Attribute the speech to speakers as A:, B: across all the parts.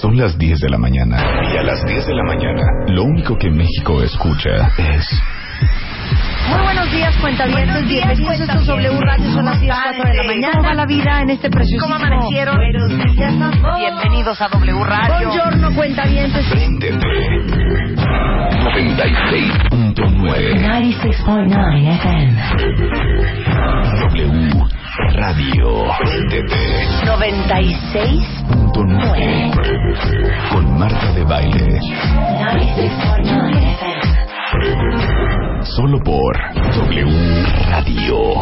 A: Son las 10 de la mañana. Y a las 10 de la mañana, lo único que México escucha es...
B: Muy buenos días, cuentavientes.
C: Buenos días,
B: Bienvenidos a estos W Radio. Son las 10, 4
C: Buenas
B: de la
C: tardes.
B: mañana. ¿Cómo va la vida en este precioso
C: ¿Cómo amanecieron? Bienvenidos a W Radio.
B: Buongiorno, cuentavientes.
A: Préndete. 96.9
B: 96.9 FM.
A: W Radio. Préndete.
C: 96.
A: 9 Con Marta de Baile. Solo por W Radio.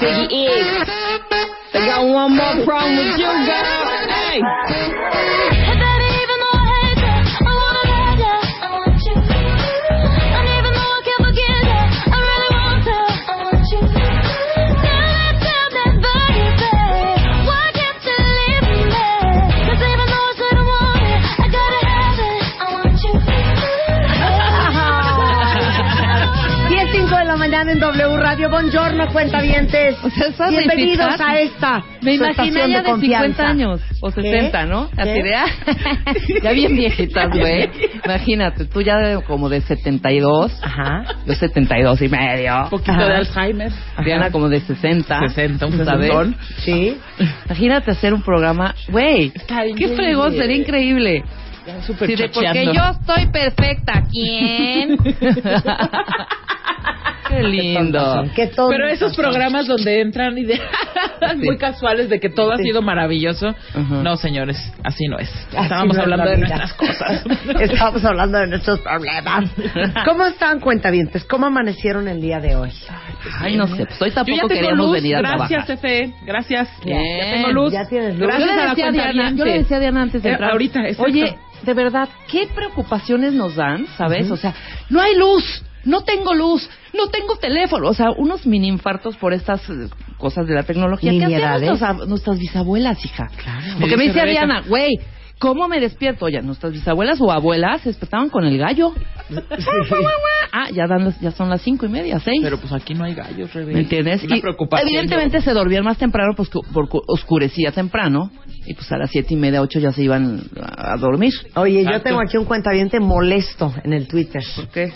D: Biggie Iggs. I got one more problem with you, girl. Hey.
B: 10,
E: I
B: 5 de la mañana en W Radio. Buongiorno, cuentavientes.
D: Ustedes saben
B: Bienvenidos
D: fijar.
B: a esta.
D: Me
B: su
D: imaginé
B: estación
D: ya de,
B: confianza.
D: 50 años o 60, ¿no? Así
B: ¿Qué?
D: de, ah, ya bien viejitas, güey. Imagínate, tú ya de- como de 72,
B: Ajá.
D: yo 72 y medio.
F: poquito
B: Ajá.
F: de Alzheimer.
D: Diana como de 60.
F: 60, un
D: ¿sabes?
F: sesentón.
B: Sí.
D: Imagínate hacer un programa, güey,
F: Está
D: qué
F: increíble.
D: fregón, sería increíble.
F: Súper
D: Sí, de, porque
F: chocheando.
D: yo estoy perfecta, ¿quién? qué lindo.
B: Que todo.
F: Pero esos programas donde entran ideas muy casuales de que todo ha sido maravilloso.
D: Ujú.
F: No, señores, así no es.
B: Así
F: Estábamos
B: no es
F: hablando
B: la
F: de
B: vida.
F: nuestras cosas.
B: Estamos hablando de nuestros problemas. ¿Cómo están, cuentavientes? ¿Cómo amanecieron el día de hoy?
D: Ay, no sé, pues hoy
F: Yo ya
D: tampoco
F: tengo
D: queríamos
F: luz.
D: venir a
F: Gracias,
D: trabajar.
F: Efe. Gracias.
D: Bien.
F: Ya tengo luz.
B: Ya tienes luz.
F: Gracias
D: yo, le
F: a la
D: decía a
F: cuenta
D: Diana, yo le decía a Diana antes de
F: Eh,
D: entrar.
F: ahorita, exacto.
D: Oye, de verdad, qué preocupaciones nos dan, ¿sabes? O sea, no hay luz, no tengo luz, no tengo teléfono. O sea, unos mini infartos por estas eh, cosas de la tecnología. ¿Qué hacían
B: Nimiedades.
D: nuestras, nuestras bisabuelas, hija? Porque
F: dice
D: me decía
F: Rebeca.
D: Diana, güey, ¿cómo me despierto? Oye, nuestras bisabuelas o abuelas se despertaban con el gallo. ah, ya, dan las- ya son las cinco y media, seis.
F: Pero pues aquí no hay gallos, Rebeca.
D: ¿Me entiendes?
F: Una
D: Y
F: preocupación.
D: evidentemente se dormían más temprano pues, cu- porque oscurecía temprano y pues a las siete y media, ocho ya se iban a a dormir.
B: Oye, yo
F: Exacto.
B: tengo aquí un cuentaviente molesto en el Twitter.
D: ¿Por qué?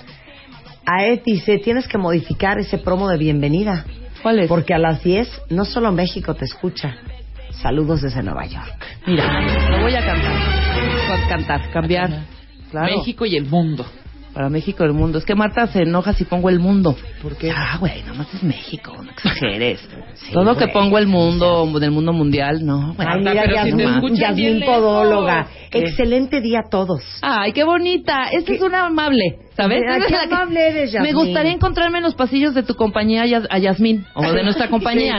B: A Ed dice, tienes que modificar ese promo de bienvenida.
D: ¿Cuál es?
B: Porque a las 10 no solo México te escucha. Saludos desde Nueva York.
D: Mira, lo voy a cantar. Voy a cantar, cambiar. Claro.
F: México y el mundo.
D: Para México el mundo. Es que Marta se enoja si pongo el mundo.
F: ¿Por qué?
D: Ah, güey, nomás es México, no exageres.
B: Sí,
D: Todo lo que
B: güey.
D: pongo el mundo, del mundo mundial, no, güey.
B: Ay,
F: Marta,
B: mira,
F: pero si
D: te
B: Yasmín,
F: escuchan bien
B: Yasmín
F: lejos.
B: Podóloga.
F: ¿Qué?
B: Excelente día a todos.
D: Ay, qué bonita. Esta es una amable, ¿sabes?
B: Mira,
D: Esa es
B: qué
D: la que-
B: amable eres,
D: Me
B: Yasmín.
D: gustaría encontrarme en los pasillos de tu compañía Yas- a Yasmín, o de nuestra compañía,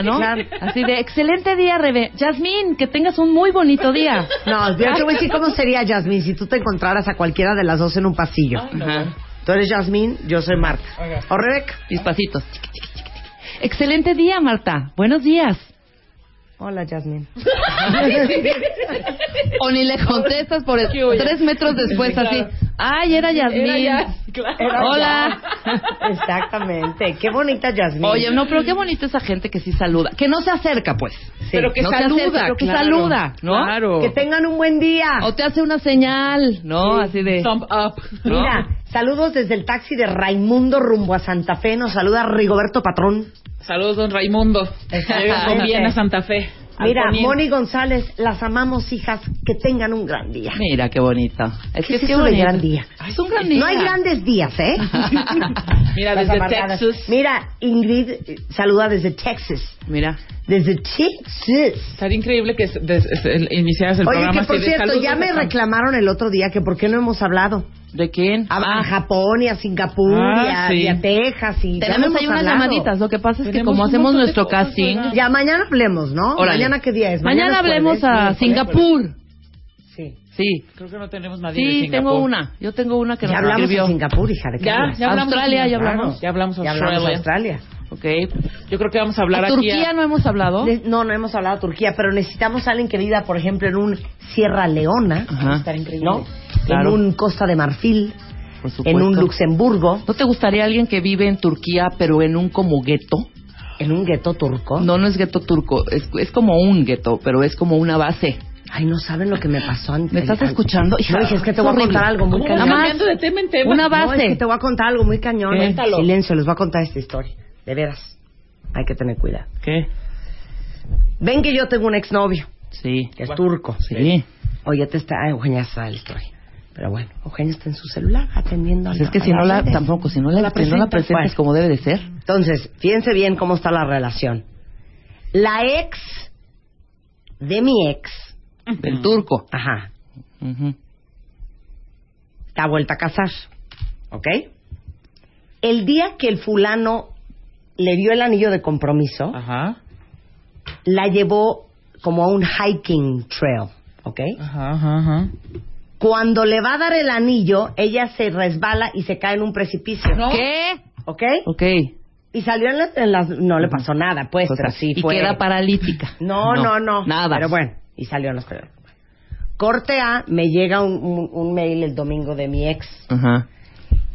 B: Sí,
D: ¿no?
B: claro.
D: Así de, excelente día, Rebe. Yasmín, que tengas un muy bonito día.
B: No, yo te voy a decir cómo sería Yasmín si tú te encontraras a cualquiera de las dos en un pasillo.
D: Ajá.
B: Tú eres Yasmín, yo soy Marta. O Rebeca.
D: Mis pasitos. Chiqui, chiqui, chiqui, chiqui. Excelente día, Marta. Buenos días.
B: Hola, Yasmín.
D: O ni le contestas por el- tres metros después, así. Ay, era Yasmín. Hola.
B: Exactamente. Qué bonita Yasmín.
D: Oye, no, pero qué bonita esa gente que sí saluda. Que no se acerca, pues.
F: Pero que
D: no se
F: saluda,
D: acerca, pero que
F: claro.
D: saluda, ¿no?
F: Claro.
B: Que tengan un buen día.
D: O te hace una señal, ¿no? Así de...
F: Thumb up.
D: ¿no?
B: Mira, saludos desde el taxi de Raimundo rumbo a Santa Fe. Nos saluda Rigoberto Patrón.
F: Saludos, don Raimundo.
B: Exactamente.
F: Con bien a Santa Fe. Al
B: Mira,
F: Ponín.
B: Moni González, las amamos, hijas. Que tengan un gran día.
D: Mira, qué bonito. Es
B: ¿Qué
D: que
B: es
D: es que
B: eso de
D: bonito.
B: gran día?
D: Es un gran día.
B: No hay grandes días, ¿eh?
F: Mira,
B: Las
F: desde
B: amargadas.
F: Texas.
B: Mira, Ingrid eh, saluda desde Texas.
D: Mira.
B: Desde Texas.
F: Estaría increíble que des- des- el- iniciaras el
B: Oye,
F: programa
B: que por
F: así de
B: cierto,
F: saludos
B: ya
F: a
B: me
F: Santa-
B: reclamaron el otro día que por qué no hemos hablado.
D: ¿De quién? Ah,
B: A, a Japón y a Singapur
F: Ah,
B: y, a,
F: sí.
B: y a Texas. Y ya
D: tenemos
B: no
D: ahí
B: hemos
D: unas
B: hablado.
D: llamaditas. Lo que pasa es que
F: Tenemos
D: como
F: un
D: hacemos
F: montón de
D: nuestro
F: cosas,
D: casting...
F: ¿verdad?
B: Ya mañana hablemos, ¿no?
D: Órale.
B: Mañana qué día es.
D: Mañana
B: es
D: hablemos
B: jueves,
D: a
B: miércoles.
D: Singapur.
B: Sí.
D: Sí.
F: Creo que no tenemos nadie de
D: Sí,
F: Singapur.
D: tengo una. Yo tengo una que
B: Ya
D: nos
B: hablamos de
D: escribió.
B: Singapur, hija. ¿de qué
F: Ya,
B: hablas?
F: ya hablamos.
D: Australia, ya
B: Claro.
D: hablamos.
F: Ya hablamos
B: Ya hablamos de
F: Australia.
B: Australia.
D: Ok.
F: Yo creo que vamos a hablar
D: ¿A
F: aquí.
D: Turquía
F: a-
D: no hemos hablado?
B: Ne- No, no hemos hablado de Turquía, pero necesitamos a alguien que viva, por ejemplo, en un Sierra Leona,
D: Ajá.
B: ¿no? En
D: Claro.
B: un Costa de Marfil,
D: Por supuesto.
B: en un Luxemburgo,
D: ¿No te gustaría alguien que vive en Turquía, pero en un como gueto?
B: en un gueto turco.
D: No, no es gueto turco. Es, es como un gueto, pero es como una base.
B: Ay, no saben lo que me pasó antes.
D: ¿Me estás
B: antes.
D: escuchando? Hija,
B: no, dije, es que te voy a
D: horrible.
B: contar algo muy
F: ¿Cómo vas
B: cañón.
F: cambiando de tema en tema?
D: Una
B: No,
D: base.
B: es que te voy a contar algo muy cañón.
F: ¿Qué?
B: Eh, Silencio, les voy a contar esta historia. De veras. Hay que tener cuidado.
D: ¿Qué?
B: Ven que yo tengo un exnovio,
D: Sí.
B: que es turco.
D: Sí.
B: Oye, te está. ay, Eugenia sabe la historia. Pero bueno, Eugenia está en su celular atendiendo a
D: Pues es que
B: a
D: si no la,
B: redes.
D: tampoco, si no la, si no la
B: presentas,
D: presentas
B: bueno.
D: como debe de ser.
B: Entonces, fíjense bien cómo está la relación. La ex de mi ex,
D: Del turco.
B: ajá,
D: Ujú.
B: está vuelta a casar. ¿Ok? El día que el fulano le dio el anillo de compromiso,
F: Ajá,
B: la llevó como a un hiking trail. ¿Ok?
F: ajá, ajá, ajá.
B: Cuando le va a dar el anillo, ella se resbala y se cae en un precipicio.
D: ¿Qué?
B: ¿Ok?
D: Ok.
B: Y salió en las... en las- no le pasó nada, pues,
D: Pues
B: pero sí
D: así y
B: fue...
D: queda paralítica.
B: No, no, no.
D: Nada.
B: Pero bueno, y salió en los periódicos. Corte A, me llega un, un- un mail el domingo de mi ex
D: Ajá.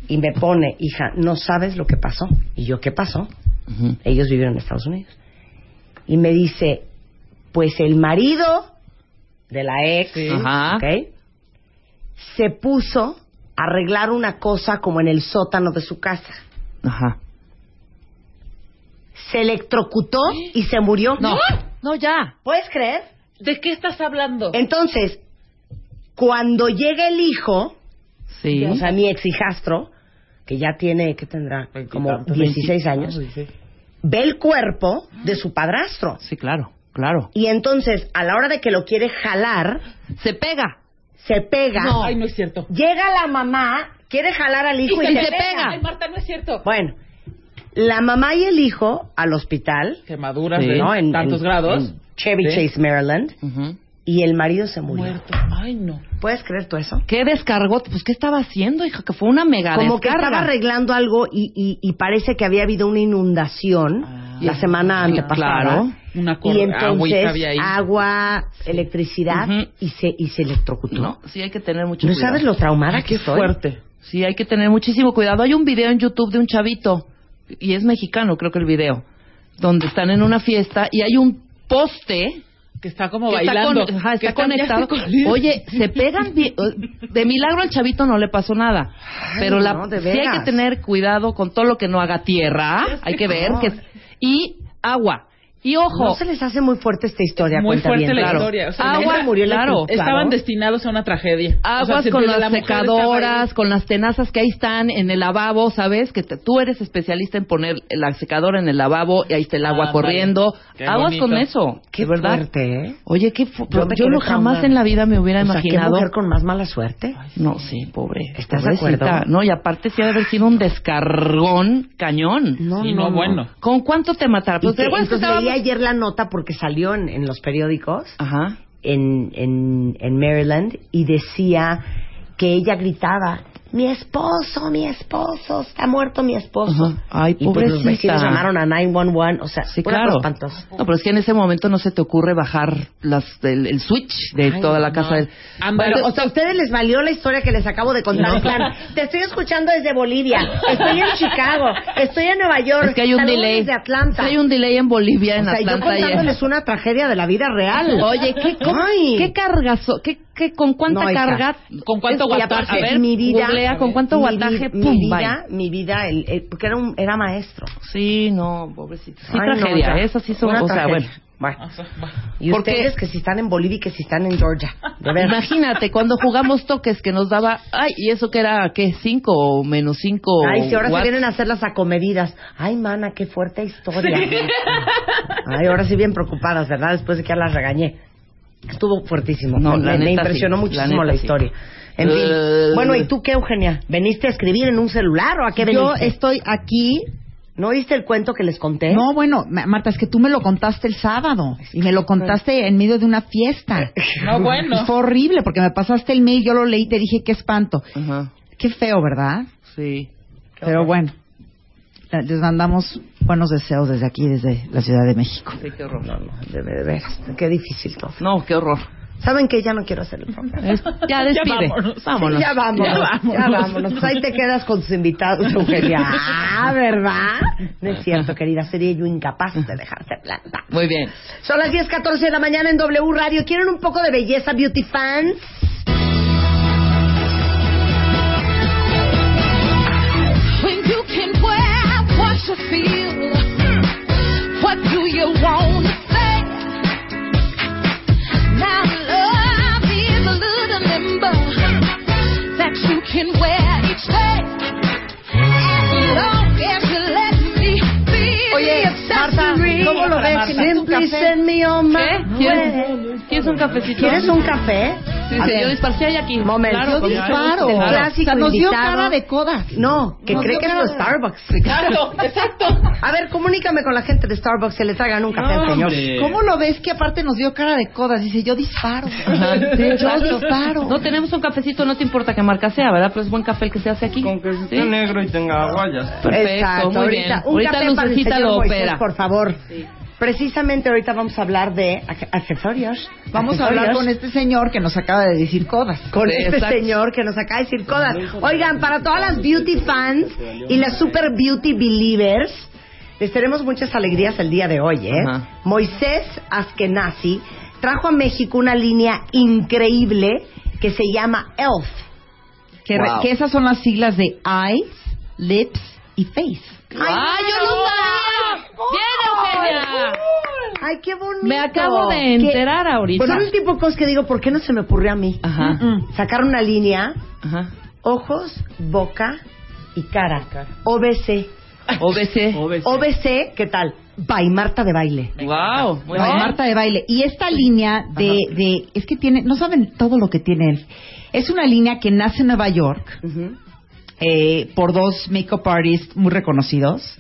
B: y me pone, hija, no sabes lo que pasó. Y yo, ¿qué pasó?
D: Ujú.
B: Ellos vivieron en Estados Unidos. Y me dice, pues el marido de la ex,
D: Sí. Ajá.
B: ¿ok? Se puso a arreglar una cosa como en el sótano de su casa.
D: Ajá.
B: Se electrocutó y se murió.
D: No. No, ya.
B: ¿Puedes creer?
F: ¿De qué estás hablando?
B: Entonces, cuando llega el hijo,
D: Sí.
B: o sea, mi ex hijastro, que ya tiene, ¿qué tendrá? Como 16 años, ve el cuerpo de su padrastro.
D: Sí, claro, claro.
B: Y entonces, a la hora de que lo quiere jalar,
D: Se pega.
B: se pega.
D: No.
F: Ay, no es cierto.
B: Llega la mamá, quiere jalar al hijo y, se pega.
F: Ay, Marta, no es cierto.
B: Bueno, la mamá y el hijo al hospital,
F: Quemaduras
D: Sí.
F: de
B: ¿no? En
F: tantos
B: en-
F: grados.
B: en Chevy
F: Sí.
B: Chase, Maryland,
D: Ujú.
B: y el marido se murió.
F: Muerto. Ay, no.
B: ¿Puedes creer tú eso?
D: ¿Qué descargó? Pues, ¿qué estaba haciendo, hija? Que fue una mega
B: Como que
D: descarga.
B: estaba arreglando algo y, y- y parece que había habido una inundación
D: Ah.
B: la semana
D: Sí,
B: antepasada.
D: claro.
F: Una
B: Y
F: cor-
B: entonces
F: agüita
B: agua,
F: había ahí.
B: electricidad
D: Ujú.
B: y se y se electrocutó.
D: No, sí hay que tener mucho
B: ¿No
D: cuidado.
B: sabes lo traumada
F: Ay,
B: que
F: qué
B: soy?
F: fuerte.
D: Sí, hay que tener muchísimo cuidado. Hay un video en YouTube de un chavito, y es mexicano, creo que el video, donde están en una fiesta y hay un poste
F: Que está como
D: que está,
F: bailando.
D: con- ajá, está
F: ¿Qué
D: conectado.
F: cambiaste con-
D: Oye, se pegan. bien- De milagro al chavito no le pasó nada. Pero la,
B: no, de
D: sí hay
B: veras.
D: que tener cuidado con todo lo que no haga tierra. Hay que ver.
B: No.
D: que Y agua. Y
B: ¿No
D: ojo.
B: se les hace muy fuerte esta historia?
F: Muy fuerte
B: cuentavientes?
F: la
D: claro.
F: historia. O sea,
D: agua,
F: ella
B: murió la
D: claro.
B: culpa.
F: Estaban
B: Claro.
F: destinados a una tragedia. O sea,
D: Aguas
F: se-
D: con
F: la
D: las
F: mujer estaba
D: secadoras,
F: ahí.
D: con las tenazas que ahí están en el lavabo, ¿sabes? Que te- tú eres especialista en poner la secadora en el lavabo y ahí está el agua
F: Ah,
D: corriendo.
F: vale. Qué
D: Aguas
F: bonito.
D: con eso.
B: Qué
D: de verdad.
B: fuerte, ¿eh?
D: Oye, qué fu-
B: Yo
D: yo,
B: me
D: no
B: quedé
D: jamás
B: traumada.
D: en la vida me hubiera
B: O sea, ¿qué
D: imaginado.
B: mujer con más mala suerte?
D: No, sí, pobre.
B: ¿Estás de
D: pobrecita.
B: acuerdo?
D: No, y aparte sí ha de haber sido un descargón cañón.
B: No,
F: Sí, no, bueno.
D: ¿Con cuánto te mataron?
B: Y
D: Pues,
B: que-
D: bueno, es que
B: entonces leí
D: estábamos-
B: ayer la nota porque salió en, en los periódicos
D: Ajá.
B: en, en, en Maryland y decía que ella gritaba, mi esposo, mi esposo, está muerto mi esposo.
D: Ajá. Ay,
B: y pues los
D: pobrecita.
B: vecinos llamaron a 911, o sea,
D: Sí,
B: una
D: claro.
B: cosa espantosa.
D: No, pero es que en ese momento no se te ocurre bajar las, el, el switch de
B: Ay,
D: toda la casa.
F: no.
D: del-
F: Ándale.
D: Bueno,
B: o sea, a ustedes les valió la historia que les acabo de contar. Claro, te estoy escuchando desde Bolivia, estoy en Chicago, estoy en Nueva York,
D: es que hay un
B: saludos
D: delay.
B: desde Atlanta.
D: Sí, hay un delay en Bolivia,
B: o
D: en
B: sea, yo
D: Atlanta. y-
B: contándoles una tragedia de la vida real.
D: Oye, ¿qué, cómo-
B: Ay.
D: ¿qué cargazo? ¿Qué, qué, ¿Con cuánta
B: No, hija.
D: carga?
F: ¿Con cuánto
D: Es- y
F: guataje?
D: aparte, A ver,
B: mi vida,
D: googlea con cuánto
B: mi
D: guataje.
B: vi-
D: pum,
B: mi
D: bye.
B: vida, mi vida, el- el- porque era, un, era maestro.
D: Sí, no, pobrecito. Sí,
B: Ay, no,
D: tragedia.
B: o sea,
D: Esas sí son,
B: una
D: o sea,
B: tragedia.
D: bueno.
B: Bueno.
F: O sea, va.
B: Y
D: Porque-
B: ustedes que si están en Bolivia y que si están en Georgia. De veras.
D: Imagínate, cuando jugamos toques que nos daba, ay, y eso que era, ¿qué? ¿Cinco o menos cinco?
B: Ay, si ahora
D: watts?
B: se vienen a hacer las acomedidas. Ay, mana, qué fuerte historia. Ay, ahora sí bien preocupadas, ¿verdad? Después de que ya las regañé. Estuvo fuertísimo.
D: No,
B: me,
D: la
B: me
D: neta
B: impresionó
D: sí,
B: muchísimo la,
D: la neta sí.
B: historia. En fin.
D: Eh.
B: Bueno, ¿y tú qué, Eugenia? ¿Veniste a escribir en un celular o a qué
E: Yo
B: veniste?
E: estoy aquí.
B: ¿No oíste el cuento que les conté?
E: No, bueno, Ma- Marta, es que tú me lo contaste el sábado y me lo contaste en medio de una
B: Eh,
E: fiesta.
F: No, bueno.
E: Y fue horrible porque me pasaste el mail, yo lo leí y te dije qué espanto.
D: Ajá,
E: Qué feo, ¿verdad?
D: sí.
E: Pero bueno, la- les mandamos buenos deseos desde aquí, desde la Ciudad de México.
D: Sí, qué horror.
B: No, no, de, de veras. Qué difícil todo.
D: No, qué horror.
B: ¿Saben qué? Ya no quiero hacer el programa.
D: Es- ya despide.
F: vámonos.
D: vámonos.
B: Ya vámonos, ya
F: Ya
B: vámonos.
F: vámonos.
B: Pues ahí te quedas con tus invitados, Eugenia. Ah, ¿verdad? No es cierto, querida. Sería yo incapaz de dejarte planta.
D: Muy bien.
B: Son las 10.14 de la mañana en W Radio. ¿Quieren un poco de belleza, beauty fans?
C: When you can wear what you feel, what do you want to say? Now love is a little limbo that you can wear each day. As long as you let me be the accessory.
B: ¿cómo lo ves? Simply send me on my
D: ¿Qué?
B: way.
D: ¿Quieres, ¿Quieres un cafecito?
B: ¿Quieres un café?
D: Sí,
B: A
D: sí,
B: ver.
D: yo disparcí ahí aquí.
B: Momento.
D: Claro,
B: Yo
D: como-
B: disparo.
D: Claro.
B: Clásico
E: O sea, nos dio
B: invitado.
E: cara de coda.
B: No, que
E: No,
B: cree
E: yo
B: que es lo
E: creo-
B: Starbucks.
F: Claro, exacto.
B: A ver, comunícame con la gente de Starbucks, se le traigan un café al
G: No,
B: señor.
G: hombre.
E: ¿Cómo lo ves que aparte nos dio cara de codas? Dice, yo disparo. yo disparo.
D: Ah, No tenemos un cafecito, no te importa qué marca sea, ¿verdad? Pero es buen café el que se hace aquí.
G: Con que esté
D: Sí.
G: negro y tenga aguayas.
D: Perfecto,
B: Exacto,
D: muy
B: ahorita,
D: bien.
B: un
D: Ahorita
B: café para el
D: Lucecita
B: señor
D: lo
B: Moisés,
D: opera.
B: por favor. Precisamente ahorita vamos a hablar de ac- accesorios.
E: Vamos a hablar
B: Accesorios.
E: con este señor que nos acaba de decir codas.
B: con este
D: Exacto.
B: señor que nos acaba de decir cosas. Oigan, para todas las beauty fans y las super beauty believers, les tenemos muchas alegrías el día de hoy, ¿eh?
D: Ajá.
B: Moisés Askenazi trajo a México una línea increíble que se llama ELF.
E: Que, re-
D: Wow.
E: que esas son las siglas de eyes, lips y face.
D: ¡Ah, yo lo usaba! ¡Bien, Eugenia!
B: ¡Ay, qué bonito!
D: Me acabo de
B: Qué-
D: enterar ahorita.
B: Pues son el tipo de cosas que digo, ¿por qué no se me ocurrió a mí?
D: Ajá.
B: Mm. Sacar una línea,
D: Ajá.
B: ojos, boca y cara. OBC.
D: OBC.
B: OBC, ¿qué tal? By Marta de Baile.
D: Wow, muy
E: No,
D: bien.
E: Marta de baile. Y esta línea de, de- es que tiene, no saben todo lo que tiene él. Es una línea que nace en Nueva York eh, por dos makeup artists muy reconocidos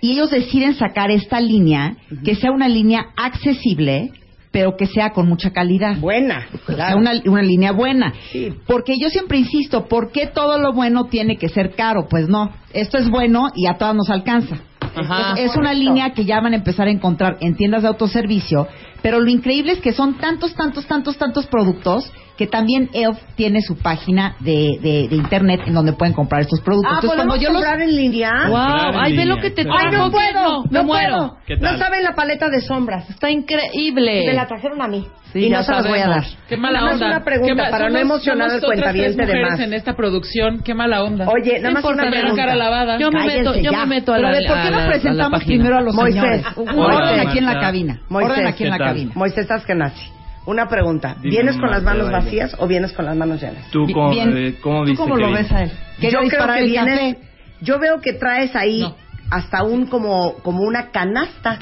E: y ellos deciden sacar esta línea que sea una línea accesible pero que sea con mucha calidad.
B: Buena.
E: O sea, una, una línea buena.
B: Sí.
E: Porque yo siempre insisto, ¿por qué todo lo bueno tiene que ser caro? Pues no, esto es bueno y a todas nos alcanza.
D: Ajá.
E: Es una línea que ya van a empezar a encontrar en tiendas de autoservicio, pero lo increíble es que son tantos, tantos, tantos, tantos productos que también ELF tiene su página de, de- de internet en donde pueden comprar estos productos.
B: Ah,
E: Entonces,
B: ¿podemos
E: cuando yo los-
B: comprar en línea?
D: Wow, ay, ve lo que te trajo.
G: Ay, no
D: que me
B: no
D: muero.
B: puedo.
G: ¿Qué
B: No
G: tal?
B: saben la paleta de sombras.
D: Está increíble.
B: Me la trajeron a mí.
D: Sí,
B: y
D: ya
B: no se las voy a dar.
D: sabemos.
F: Qué mala
B: Nada más
F: onda.
B: una pregunta
F: Qué ma-
B: para no
F: somos-
B: emocionar
F: somos
B: al
F: otras
B: cuentaviente
F: tres
B: de
F: mujeres
B: más.
F: en esta producción, qué mala onda.
B: Oye, nada
D: No
B: más una
D: importa,
F: Pero
D: pregunta.
F: cara
B: pregunta.
F: lavada.
D: Yo me
B: Cállense
D: meto, yo
B: ya.
D: me meto a la
E: Pero a ver, ¿por qué
D: a la-
E: no
D: a la
E: presentamos
D: página?
E: primero a los
B: Moisés.
E: señores?
B: Hola,
E: Orden
G: Marta.
E: aquí en la cabina.
B: Moisés.
E: Orden aquí en la
G: ¿Qué tal?
E: cabina.
B: Moisés Askenazi, una pregunta.
G: Dime,
B: ¿Vienes con
G: Marta
B: las manos
G: de baile.
B: vacías o vienes con las manos llenas?
G: ¿Tú
E: Bi-
G: cómo,
E: bien.
G: eh, cómo
E: ¿Tú
G: viste
E: cómo
G: que
E: lo
G: viene?
E: ves a él? ¿Quieres
B: Yo creo
E: disparar
B: que
E: el
B: vienes...
E: café?
B: Yo veo que traes ahí
F: No.
B: hasta un como, como una canasta.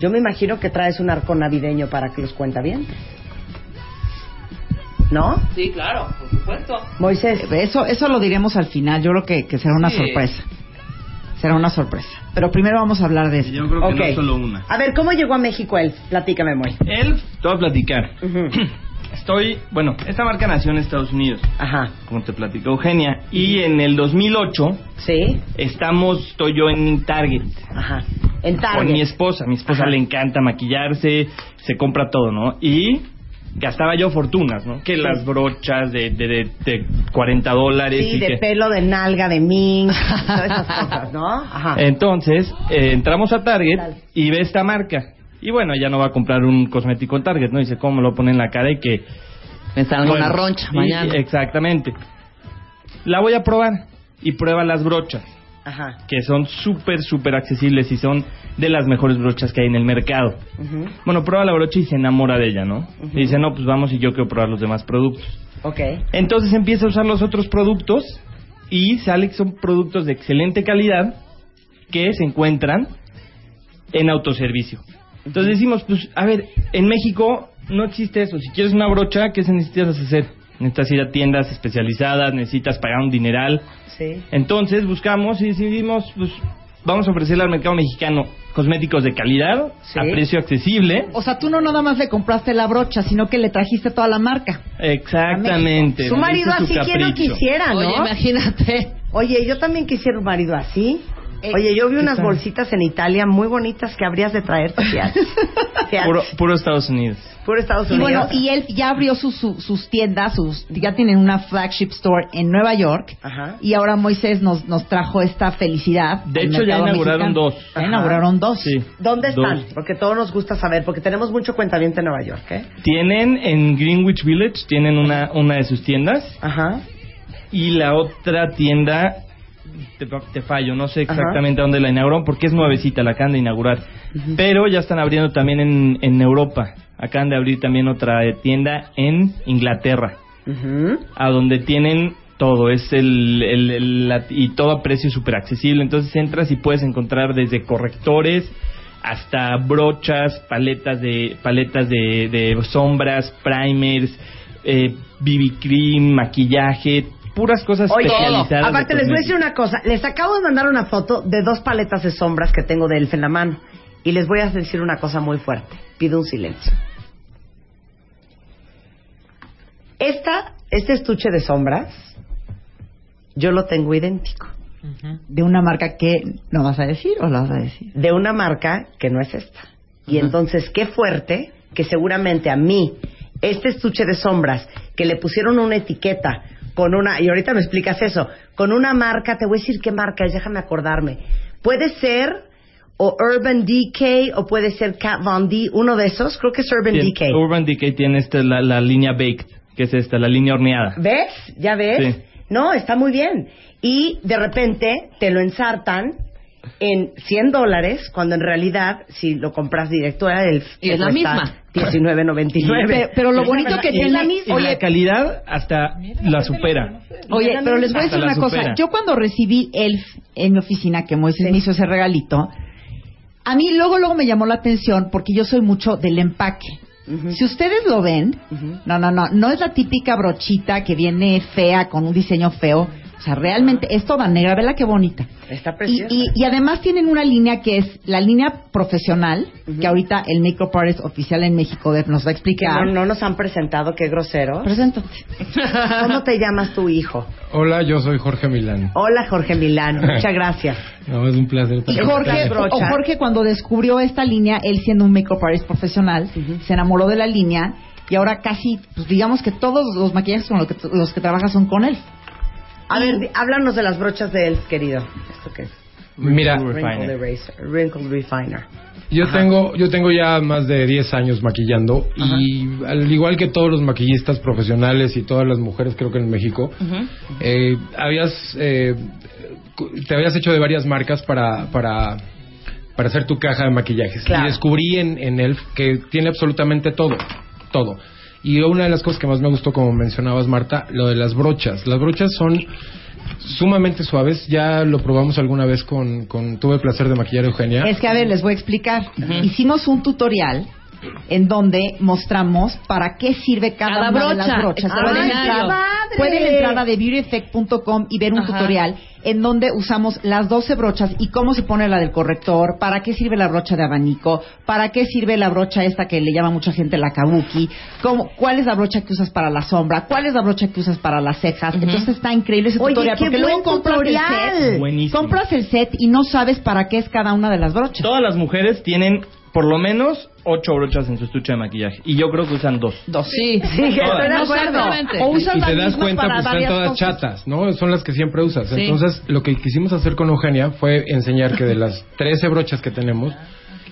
B: Yo me imagino que traes un arco navideño para que los cuenta bien. ¿No?
D: Sí, claro, por supuesto.
B: Moisés,
E: Eso, eso lo diremos al final. Yo creo que, que será Eh, una
D: Sí.
E: sorpresa. Será una sorpresa. Pero primero vamos a hablar de eso.
G: Yo creo que
B: Ok.
G: no solo una.
B: A ver, ¿cómo llegó a México él? Platícame, Moy.
G: Elf, te voy a platicar. Estoy, bueno, esta marca nació en Estados Unidos,
B: Ajá.
G: como te platicó Eugenia, y en el 2008
B: ¿Sí?
G: estamos, estoy yo en Target.
B: Ajá. En
G: Con mi
B: Target.
G: esposa, mi esposa
B: Ajá.
G: le encanta maquillarse, se compra todo, ¿no? Y gastaba yo fortunas, ¿no? Que las brochas de, de, de, de 40 dólares
B: Sí,
G: y
B: de
G: que...
B: pelo, de nalga, de mink, todas esas cosas, ¿no?
E: Ah.
B: Ajá.
G: Entonces, eh, entramos a Target
B: Dale.
G: y ve esta marca. Y bueno, ya no va a comprar un cosmético en Target, ¿no? Dice, ¿cómo me lo pone en la cara y que...
D: Me salgo
G: bueno,
D: una roncha
G: y-
D: mañana.
G: Exactamente. La voy a probar. Y prueba las brochas,
B: Ajá.
G: que son súper, súper accesibles y son de las mejores brochas que hay en el mercado.
B: Ujú.
G: Bueno, prueba la brocha y se enamora de ella, ¿no? Y dice, no, pues vamos y yo quiero probar los demás productos.
B: Ok.
G: Entonces empieza a usar los otros productos y sale que son productos de excelente calidad que se encuentran en autoservicio. Entonces decimos, pues, a ver, en México no existe eso. Si quieres una brocha, ¿qué se necesitas hacer? Necesitas ir a tiendas especializadas, necesitas pagar un dineral.
B: Sí.
G: Entonces buscamos y decidimos, pues, vamos a ofrecerle al mercado mexicano cosméticos de calidad,
B: Sí.
G: a precio accesible.
E: O sea, tú no nada más le compraste la brocha, sino que le trajiste toda la marca.
G: Exactamente.
B: Su marido
G: Ese es
B: así,
G: su
B: ¿quién no
G: capricho.
B: quisiera, no?
D: Oye, imagínate.
B: Oye, yo también quisiera un marido así.
E: Eh,
B: Oye, yo vi unas
G: tal?
B: bolsitas en Italia muy bonitas que habrías de traer. Fiat. Fiat.
G: Puro, puro Estados Unidos.
B: Puro Estados
E: Y bueno,
B: Unidos.
E: y él ya abrió sus- su- sus tiendas, sus, ya tienen una flagship store en Nueva York.
B: Ajá.
E: Y ahora Moisés nos, nos trajo esta felicidad.
G: De
E: al
G: hecho, ya
E: mercado
G: inauguraron
E: mexicano.
G: dos.
E: Ya inauguraron dos.
G: Sí.
B: ¿Dónde están?
G: Dos.
B: Porque todos nos gusta saber, porque tenemos mucho cuentaviente en Nueva York, ¿eh?
G: Tienen en Greenwich Village, tienen una, una de sus tiendas
B: Ajá.
G: y la otra tienda, te, te fallo, no sé exactamente dónde la inauguraron porque es nuevecita, la acaban de inaugurar. Pero ya están abriendo también en, en Europa. Acaban de abrir también otra eh, tienda en Inglaterra,
B: Ujú.
G: a donde tienen todo, es el, el- el- la- y todo a precio súper accesible. Entonces entras y puedes encontrar desde correctores hasta brochas, paletas de paletas de, de sombras, primers, eh, BB cream, maquillaje, puras cosas
B: Oye,
G: especializadas.
B: aparte
G: de
B: les voy a decir
G: cosméticos.
B: una cosa. Les acabo de mandar una foto de dos paletas de sombras que tengo de Elf en la mano. Y les voy a decir una cosa muy fuerte. Pido un silencio. Esta, este estuche de sombras, yo lo tengo idéntico.
E: De una marca que no vas a decir o la vas a decir.
B: de una marca que no es esta. Y entonces, qué fuerte que seguramente a mí, este estuche de sombras, que le pusieron una etiqueta con una, y ahorita me explicas eso, con una marca, te voy a decir qué marca es, déjame acordarme. Puede ser o Urban Decay o puede ser Kat Von D, uno de esos, creo que es Urban
G: Tien-
B: Decay.
G: Urban Decay tiene esta, la, la línea baked, que es esta, la línea horneada.
B: ¿Ves? ¿Ya ves?
G: Sí.
B: No, está muy bien. Y de repente te lo ensartan en 100 dólares, cuando en realidad, si lo compras directo a Elf,
D: Y es
B: te
D: la
B: cuesta
D: misma.
E: Pero,
B: 19.99.
E: pero lo
G: Es
E: bonito
G: la
E: que
G: verdad, y
E: tiene...
G: la misma.
E: Oye,
G: la calidad hasta la supera.
E: Oye, pero les voy a
G: Hasta
E: decir
G: la
E: una cosa.
G: supera.
E: Yo cuando recibí Elf en mi oficina, que Moisés
B: Sí.
E: me hizo ese regalito, a mí luego, luego me llamó la atención porque yo soy mucho del empaque. Si ustedes lo ven,
B: Ujú.
E: no, no, no, no es la típica brochita que viene fea con un diseño feo. O sea, realmente es toda negra, vela qué bonita.
B: Está
E: Y,
B: preciosa.
E: y- y además tienen una línea que es la línea profesional, que ahorita el Micro Parts oficial en México Def nos va a
B: Que
E: explicar.
B: no, no nos han presentado, qué grosero.
E: Presento.
B: ¿Cómo te llamas tu hijo?
H: Hola, yo soy Jorge Milán.
B: Hola, Jorge Milán. Muchas gracias.
H: No, es un placer.
E: Y
H: estar
E: Jorge,
H: aquí.
E: o Jorge cuando descubrió esta línea, él siendo un makeup artist profesional, se enamoró de la línea y ahora casi, pues digamos que todos los maquillajes con los que, los que trabaja son con él.
B: A ver, di- háblanos de las brochas de Elf, querido. ¿Esto qué es?
H: Mira,
G: Refiner.
B: Wrinkle Eraser. Wrinkle Refiner.
H: yo tengo, yo tengo ya más de 10 años maquillando y al igual que todos los maquillistas profesionales y todas las mujeres creo que en México, eh, habías, eh, cu- te habías hecho de varias marcas para, para, para hacer tu caja de maquillajes.
B: Claro.
H: Y descubrí en, en Elf que tiene absolutamente todo, todo. Y una de las cosas que más me gustó, como mencionabas Marta, lo de las brochas. Las brochas son sumamente suaves. Ya lo probamos alguna vez con, con tuve el placer de maquillar a Eugenia.
E: Es que, a ver, les voy a explicar. Hicimos un tutorial en donde mostramos para qué sirve
D: Cada
E: cada, una de
D: brocha.
E: las brochas.
D: Ay,
E: pueden,
D: qué
E: entrar,
B: padre.
E: pueden entrar a TheBeautyEffect.com y ver un
D: Ajá.
E: tutorial en donde usamos las 12 brochas y cómo se pone la del corrector, para qué sirve la brocha de abanico, para qué sirve la brocha esta que le llama mucha gente la kabuki, cómo, cuál es la brocha que usas para la sombra, cuál es la brocha que usas para las cejas. Entonces está increíble ese
B: Oye,
E: tutorial
B: qué
E: porque
B: buen
E: luego compras el set
B: tutorial.
G: Buenísimo.
E: compras el set y no sabes para qué es cada una de las brochas.
G: Todas las mujeres tienen por lo menos ocho brochas en su estuche de maquillaje y yo creo que usan dos.
E: Dos. Sí.
B: Sí, estoy de
D: No,
B: acuerdo.
D: exactamente.
E: O usas
H: y
E: las
H: te das
E: mismas
H: cuenta
E: para
H: pues están
E: varias
H: todas
E: cosas.
H: chatas, ¿no? Son las que siempre usas.
D: Sí.
H: Entonces, lo que quisimos hacer con Eugenia fue enseñar que de las 13 brochas que tenemos
E: Ah,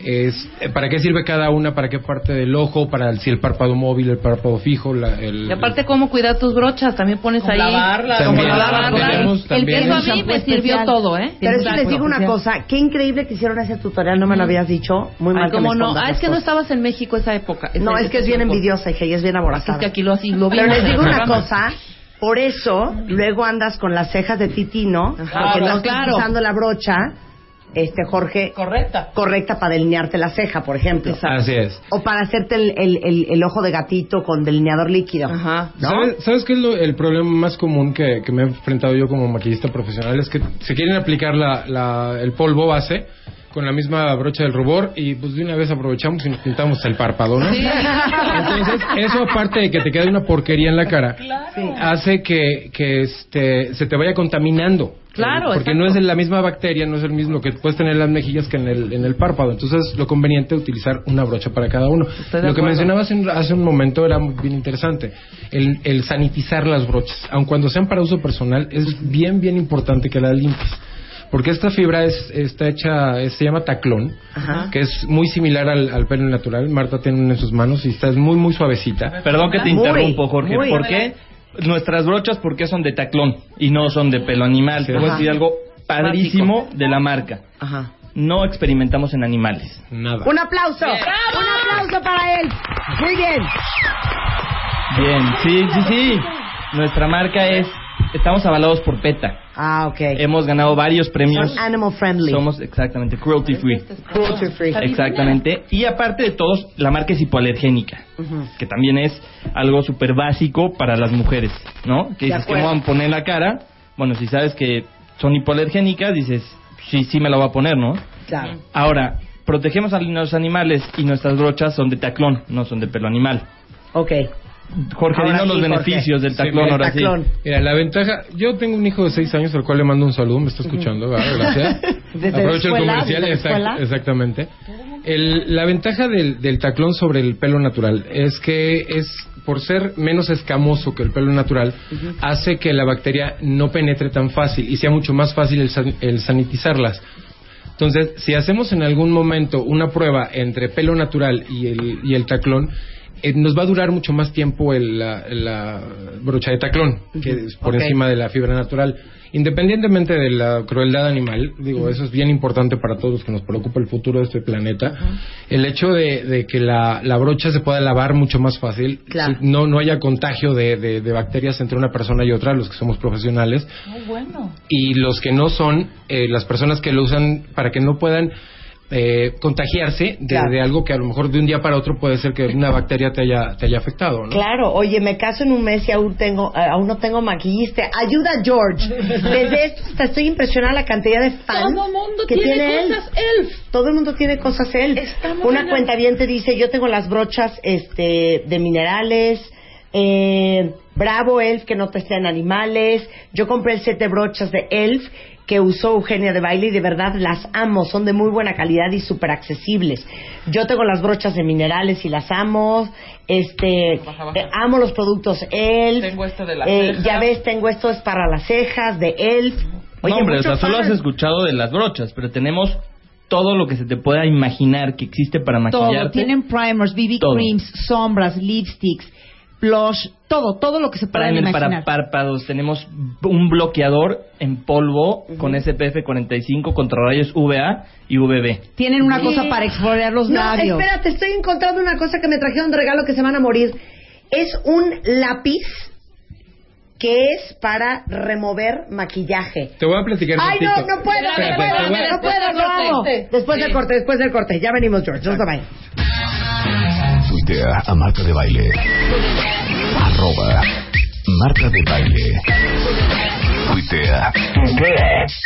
H: es eh, para qué sirve cada una, para qué parte del ojo, para el- si el párpado móvil, el párpado fijo, la, el
D: Y aparte, ¿cómo cuidar tus brochas? También pones ahí...
F: lavarlas.
H: También
D: como lavarlas.
H: tenemos también
D: Eso a mí
E: shampoo
D: me sirvió
E: especial.
D: todo, ¿eh?
B: Pero es que les
E: Exacto.
B: digo una cosa, qué increíble que hicieron ese tutorial, no me lo habías dicho, muy mal.
D: Ay,
B: que
D: cómo
B: me
D: no.
B: escondas
D: Ah, es
B: las
D: que no
B: cosas.
D: estabas en México esa época.
B: No, es que es bien envidiosa, hija, y es bien
D: Así
B: aborazada.
D: que aquí lo, así, lo
B: Pero
D: vimos
B: les
D: en el
B: digo una
D: programa.
B: cosa, por eso luego andas con las cejas de titino, porque no estás
D: Ah, claro.
B: usando la brocha, este Jorge,
F: Correcta.
B: correcta para delinearte la ceja, por ejemplo.
H: Así es.
B: O para hacerte el, el- el- el ojo de gatito con delineador líquido.
D: Ajá.
B: ¿No?
H: ¿Sabes, sabes qué es lo- el problema más común que, que me he enfrentado yo como maquillista profesional? Es que se quieren aplicar la, la- el polvo base con la misma brocha del rubor y pues de una vez aprovechamos y nos pintamos el parpadón. ¿no? Entonces, eso aparte de que te queda una porquería en la cara, hace que, que este, se te vaya contaminando.
D: Claro,
H: Porque
D: exacto.
H: no es la misma bacteria, no es el mismo que puedes tener en las mejillas que en el, en el párpado. Entonces, lo conveniente es utilizar una brocha para cada uno.
D: de
H: Lo que
D: acuerdo.
H: mencionabas en- hace un momento era muy bien interesante. El, el sanitizar las brochas, aun cuando sean para uso personal, es bien, bien importante que las limpies. Porque esta fibra es, está hecha, es- se llama taclón, que es muy similar al, al pelo natural. Marta tiene una en sus manos y está es muy, muy suavecita.
G: Perdón que te
B: Muy,
G: interrumpo, Jorge.
B: muy.
G: ¿Por qué nuestras brochas, por qué son de taclón y no son de pelo animal? Te voy a
B: Ajá.
G: decir algo padrísimo de la marca.
B: Ajá.
G: No experimentamos en animales.
H: Nada.
B: Un aplauso. Un aplauso para él. Muy bien.
G: Bien, sí, sí, sí. Nuestra marca es. Estamos avalados por PETA.
B: Ah, ok.
G: Hemos ganado varios premios.
B: Son animal friendly.
G: Eh, Somos exactamente cruelty free.
B: cruelty free.
G: Exactamente. Y aparte de todos, la marca es hipoalergénica,
B: Ujú.
G: que también es algo súper básico para las mujeres, ¿no?
B: De
G: Que dices que me
B: acuerdo.
G: van a poner la cara. Bueno, si sabes que son hipoalergénicas, dices, sí, sí me la voy a poner, ¿no?
B: Claro.
G: Ahora, protegemos a los animales y nuestras brochas son de taclón, no son de pelo animal.
B: Ok.
G: Jorge,
B: Ahora
G: dinos los
B: sí, Jorge.
G: beneficios del
H: Sí,
G: taclón,
H: del
G: ahora
B: taclón.
G: sí.
H: Mira, la ventaja, yo tengo un hijo de 6 años al cual le mando un saludo, me está escuchando, ¿verdad? gracias.
B: Desde la
H: Aprovecho el
B: escuela,
H: comercial,
B: desde la
H: exact-
B: escuela.
H: exactamente. El- la ventaja del, del taclón sobre el pelo natural es que es, por ser menos escamoso que el pelo natural, hace que la bacteria no penetre tan fácil y sea mucho más fácil el san- el sanitizarlas. Entonces, si hacemos en algún momento una prueba entre pelo natural y el, y el taclón, eh, nos va a durar mucho más tiempo el- la, la brocha de taclón, que es por
B: Ok.
H: encima de la fibra natural. Independientemente de la crueldad animal, digo, eso es bien importante para todos los que nos preocupa el futuro de este planeta, el hecho de, de que la, la brocha se pueda lavar mucho más fácil,
B: Claro.
H: si no, no haya contagio de, de- de bacterias entre una persona y otra, los que somos profesionales, y los que no son eh, las personas que lo usan para que no puedan eh, contagiarse de,
B: Claro.
H: de algo que a lo mejor de un día para otro puede ser que una bacteria te haya, te haya afectado, ¿no?
B: Claro, oye, me caso en un mes y aún tengo, eh, aún no tengo maquillista. Ayuda, George. Desde esto hasta estoy impresionada la cantidad de fans
F: Todo mundo
B: que
F: tiene,
B: él.
F: cosas elf.
B: Todo el mundo tiene cosas él.
F: Está muy
B: Una
F: bien.
B: cuenta bien te dice, yo tengo las brochas este, de minerales, eh, bravo elf que no testean animales. Yo compré el set de brochas de elf que usó Eugenia de baile y de verdad las amo, son de muy buena calidad y súper accesibles. Yo tengo las brochas de minerales y las amo, este,
D: Baja, baja.
B: eh, amo los productos ELF.
D: Tengo esto de las
B: Eh,
D: cejas.
B: Ya ves, tengo esto es para las cejas de ELF.
G: no, hombre, o sea,
B: mucho
G: solo has
B: fan.
G: escuchado de las brochas, pero tenemos todo lo que se te pueda imaginar que existe para maquillarte.
E: Todo. Tienen primers, BB
G: Todo.
E: creams, sombras, lipsticks, blush, todo, todo lo que se pueda
G: Primer para
E: imaginar.
G: párpados, tenemos un bloqueador en polvo con SPF 45 contra rayos UVA y UVB.
E: Tienen una cosa para explorar los
B: No,
E: labios.
B: espérate, estoy encontrando una cosa que me trajeron de regalo que se van a morir. Es un lápiz que es para remover maquillaje.
H: Te voy a platicar un
B: Ay, no,
H: ratito.
B: no puedo, no
H: Espérate, te
B: puedo,
H: voy a-
B: no puedo, no hago. Después del corte, después del corte. Ya venimos, George. No se vayan.
A: Tuitea a Marta de Baile. Arroba Marta de Baile. Tuitea.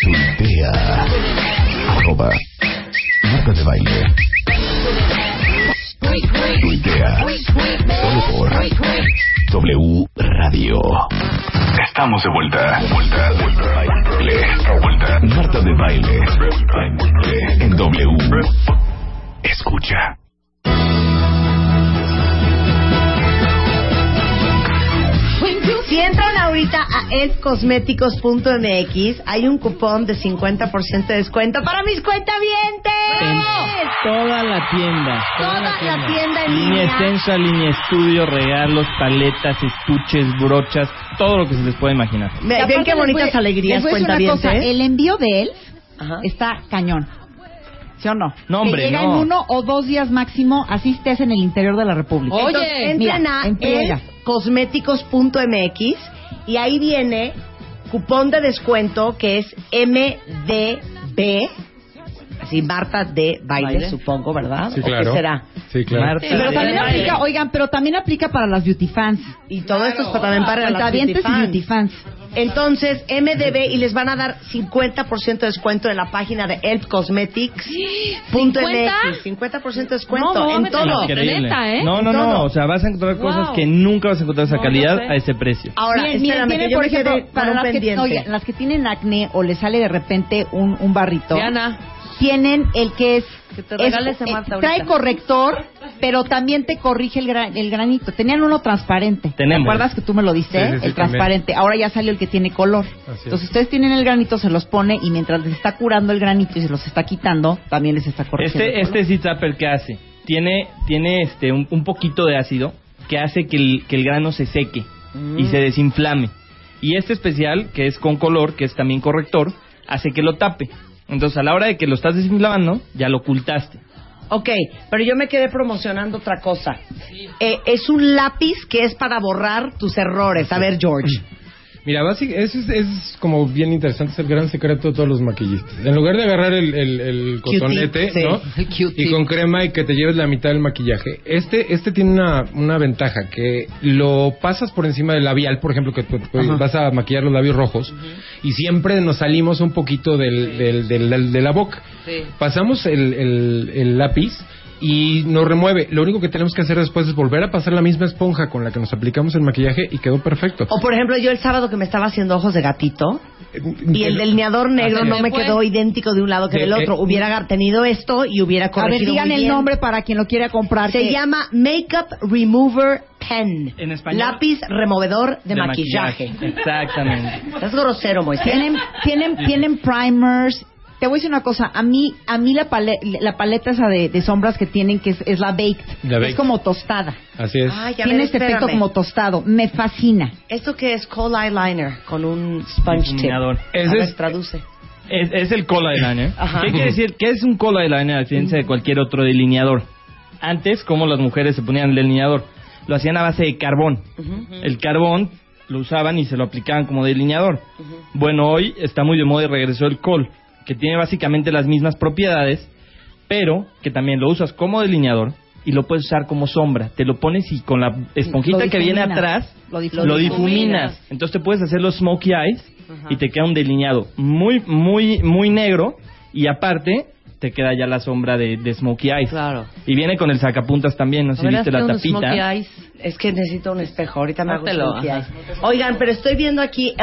A: Tuitea. Arroba Marta de Baile. Tuitea. Solo por W Radio. Estamos de vuelta. Vuelta, vuelta, baile. Vuelta. Marta de Baile. En W. Escucha.
B: Si entran ahorita a elfcosméticos.mx, hay un cupón de 50% de descuento para mis
G: En
B: cuentavientes.
G: toda la tienda.
B: Toda la tienda en
G: Línea
B: línea.
G: esencia, línea estudio, regalos, paletas, estuches, brochas, todo lo que se les pueda imaginar.
E: Y
B: Me-
E: aparte
B: Ven qué
E: les voy-
B: bonitas alegrías,
E: les voy a decir una
B: cuentavientes.
E: cosa, El envío de él
B: Ajá.
E: está cañón. ¿Sí o no?
G: No, hombre,
E: que llega
G: no.
E: en uno o dos días máximo, así estés en el interior de la República.
D: Oye,
E: Entonces,
B: Entren
E: mira,
B: a
E: en friega.
B: elfcosméticos.mx y ahí viene cupón de descuento que es MDB. Así, Marta de baile,
D: Baile.
B: supongo, ¿verdad?
H: Sí,
B: ¿O qué
H: claro.
B: será?
H: Sí, claro.
G: Marta.
E: Pero también
D: Ay.
E: aplica, oigan, pero también aplica para las beauty fans.
B: Y todo esto es también para las
E: Cuentavientes y beauty fans.
B: Entonces, MDB y les van a dar 50% de descuento en la página de elfcosmetics.mx. 50% de descuento
D: No, me voy a
B: en
D: meter
B: todo.
D: la neta, ¿eh?
G: No, no,
B: Todo.
G: no. O sea, vas a encontrar cosas
D: Wow.
G: que nunca vas a encontrar esa
D: No,
G: calidad
D: no sé.
G: a ese precio.
B: Ahora,
E: Miren, miren,
B: espérame,
E: tienen,
B: que yo
E: por
B: me quedé
E: ejemplo,
B: para un
E: las que,
B: pendiente.
E: oye, las que tienen acné o les sale de repente un, un barrito,
D: Diana.
E: tienen el que es...
D: Que te
E: es- eh,
D: regale ese Marta ahorita.
E: trae corrector, pero también te corrige el, gran- el granito. Tenían uno transparente.
G: Tenemos.
E: ¿Te acuerdas que tú me lo diste?
H: Sí, sí, sí,
E: el transparente. Ahora ya salió el que tiene color.
H: Así es.
E: Entonces ustedes tienen el granito, se los pone y mientras les está curando el granito y se los está quitando, también les está corrigiendo.
G: Este,
E: el color.
G: este seed zapper que hace, tiene, tiene este, un, un poquito de ácido que hace que el, que el grano se seque y se desinflame. Y este especial, que es con color, que es también corrector, hace que lo tape. Entonces, a la hora de que lo estás desinflamando, ya lo ocultaste.
B: Ok, pero yo me quedé promocionando otra cosa. Eh, es un lápiz que es para borrar tus errores. A ver, George.
H: Mira, básicamente, eso es, es como bien interesante, es el gran secreto de todos los maquillistas. En lugar de agarrar el, el, el
B: Q-tip,
H: cotonete,
B: sí,
H: ¿no?
B: el Q-tip.
H: y con crema y que te lleves la mitad del maquillaje, este este tiene una, una ventaja, que lo pasas por encima del labial, por ejemplo, que tú- tú vas a maquillar los labios rojos, y siempre nos salimos un poquito del, del- del- del- de la boca. Pasamos el, el- el lápiz y nos remueve. Lo único que tenemos que hacer después es volver a pasar la misma esponja con la que nos aplicamos el maquillaje y quedó perfecto.
B: O por ejemplo, yo el sábado que me estaba haciendo ojos de gatito y el delineador negro
H: Así
B: no
H: es.
B: me quedó idéntico de un lado que
H: De-
B: del otro.
H: eh,
B: Hubiera tenido esto y hubiera
E: A ver,
B: corregido
E: digan
B: muy
E: el
B: bien.
E: nombre para quien lo quiera comprar.
B: Se
E: que-
B: llama Makeup Remover Pen.
G: En español.
B: Lápiz removedor de, maquillaje.
G: Exactamente.
B: Es grosero, Moisés.
E: Tienen, tienen, tienen primers. Te voy a decir una cosa. A mí, a mí la, pale- la paleta esa de, de sombras que tienen, que es, es la baked,
H: La baked.
E: es como tostada.
H: Así es.
B: Ay, a ver,
E: Tiene este efecto
B: espérame.
E: como tostado. Me fascina.
B: ¿Esto que es? Cold eyeliner con un sponge tip.
G: Difuminador.
B: A
H: Ese
B: ver,
H: es-
B: traduce.
G: Es, es el cola eyeliner.
B: Ajá.
G: ¿Qué quiere decir? ¿Qué es un cola eyeliner a diferencia de cualquier otro delineador? Antes, como las mujeres se ponían el delineador, lo hacían a base de carbón. El carbón lo usaban y se lo aplicaban como delineador. Bueno, hoy está muy de moda y regresó el col, que tiene básicamente las mismas propiedades, pero que también lo usas como delineador y lo puedes usar como sombra. Te lo pones y con la esponjita
E: Lo
G: que viene
E: difuminas.
G: atrás
E: Lo difuminas.
G: lo difuminas. Entonces te puedes hacer los smokey eyes y te queda un delineado muy, muy, muy negro y aparte te queda ya la sombra de, de smokey eyes.
D: Claro.
G: Y viene con el sacapuntas también, no sé si
D: Verás
G: viste la
D: que un smokey
G: tapita.
D: eyes.
B: Es que necesito un espejo. Ahorita me hago
D: Háztelo,
B: selfie
D: ajá.
B: ahí. Oigan, pero estoy viendo aquí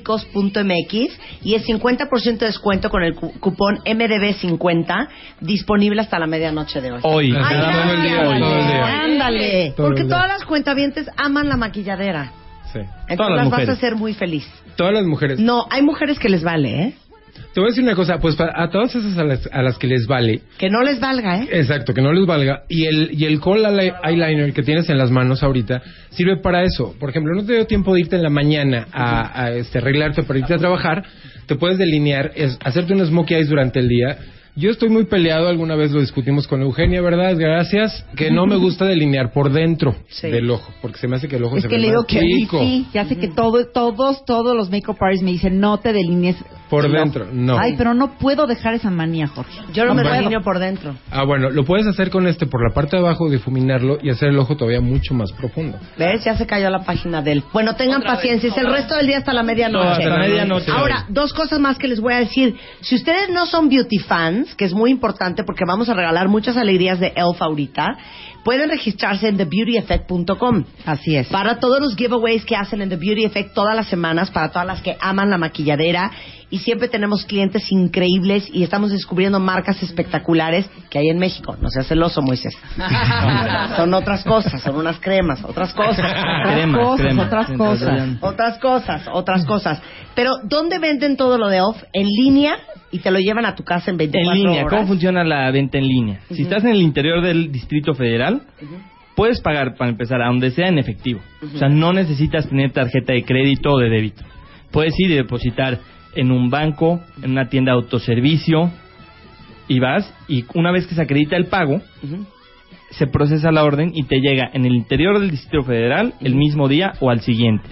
B: elfcosméticos.mx y es 50% de descuento con el cu- cupón MDB50 disponible hasta la medianoche de hoy.
G: Hoy.
H: Ay, todo el día, todo el día.
B: Ándale.
H: Todo el
B: Porque
H: día.
B: todas las cuentavientes aman la maquilladera.
H: Sí.
B: Entonces
G: Todas las
B: las vas
G: mujeres.
B: a hacer muy feliz.
H: Todas las mujeres.
B: No, hay mujeres que les vale, ¿eh?
H: Te voy a decir una cosa, pues para- a todas esas a las, a las que les vale,
B: Que no les valga, ¿eh?
H: exacto, que no les valga, y el, y el col ali- eyeliner que tienes en las manos ahorita sirve para eso. Por ejemplo, no te dio tiempo de irte en la mañana a, a, este, arreglarte para irte a trabajar, te puedes delinear, es- hacerte unos smokey eyes durante el día. Yo estoy muy peleado, alguna vez lo discutimos con Eugenia, ¿verdad? Gracias, que no me gusta delinear por dentro
B: Sí.
H: del ojo, porque se me hace que el ojo
E: Es
H: se
E: que
H: ve
E: le digo
H: más
E: que a mí
H: chico.
E: sí, ya sé que todo, todos, todos los make-up artists me dicen, no te delinees.
H: Por
E: el ojo".
H: dentro, no.
E: Ay, pero no puedo dejar esa manía, Jorge.
B: Yo no me
H: Bueno.
B: delineo por dentro.
H: Ah, bueno, lo puedes hacer con este por la parte de abajo, difuminarlo y hacer el ojo todavía mucho más profundo.
B: ¿Ves? Ya se cayó la página de él. Bueno, tengan paciencia. es el resto del día hasta la medianoche.
G: No, hasta la medianoche.
B: Ahora, dos cosas más que les voy a decir. Si ustedes no son beauty fans, que es muy importante porque vamos a regalar muchas alegrías de Elf ahorita, pueden registrarse en thebeautyeffect.com.
E: Así es.
B: Para todos los giveaways que hacen en The Beauty Effect todas las semanas, para todas las que aman la maquilladera. Y siempre tenemos clientes increíbles y estamos descubriendo marcas espectaculares que hay en México. No seas celoso, Moisés. son otras cosas, son unas cremas, otras cosas.
G: Cremas,
E: cosas,
G: cremas.
E: otras
G: Entonces,
E: cosas.
B: Otras cosas, otras cosas. Pero, ¿dónde venden todo lo de ELF? ¿En línea? Y te lo llevan a tu casa en 24
G: En línea,
B: horas.
G: ¿cómo funciona la venta en línea? Si estás en el interior del Distrito Federal, puedes pagar para empezar a donde sea en efectivo. O sea, no necesitas tener tarjeta de crédito o de débito. Puedes ir y depositar en un banco, en una tienda de autoservicio, y vas, y una vez que se acredita el pago,
B: Ujú.
G: se procesa la orden y te llega en el interior del Distrito Federal el mismo día o al siguiente.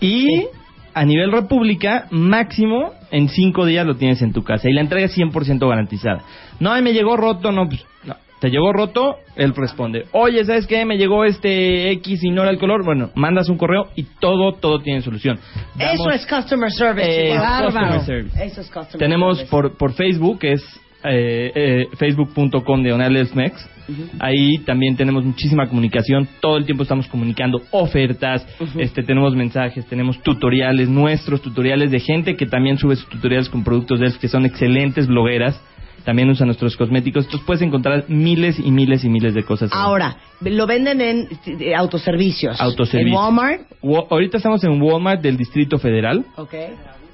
G: Y a nivel república, máximo en cinco días lo tienes en tu casa. Y la entrega es 100% garantizada. No, ay, me llegó roto, no, pues, no. ¿Te llegó roto? Él responde, oye, ¿sabes qué? Me llegó este X y no era el color. Bueno, mandas un correo y todo, todo tiene solución.
B: Eso
G: Damos-
B: es customer service.
G: Eh,
B: chicos.
G: customer
B: Bárbaro.
G: service.
B: Eso es customer
G: Tenemos
B: service.
G: por, por Facebook, que es eh, eh, facebook.com diagonal Elsmex. Ahí también tenemos muchísima comunicación. Todo el tiempo estamos comunicando ofertas, este, tenemos mensajes, tenemos tutoriales, nuestros tutoriales de gente que también sube sus tutoriales con productos de Els, que son excelentes blogueras. También usan nuestros cosméticos. Entonces puedes encontrar miles y miles y miles de cosas. en
B: Ahora, lo venden en eh, autoservicios.
G: Autoservicio.
B: En Walmart.
G: Wa- ahorita estamos en Walmart del Distrito Federal.
B: Ok.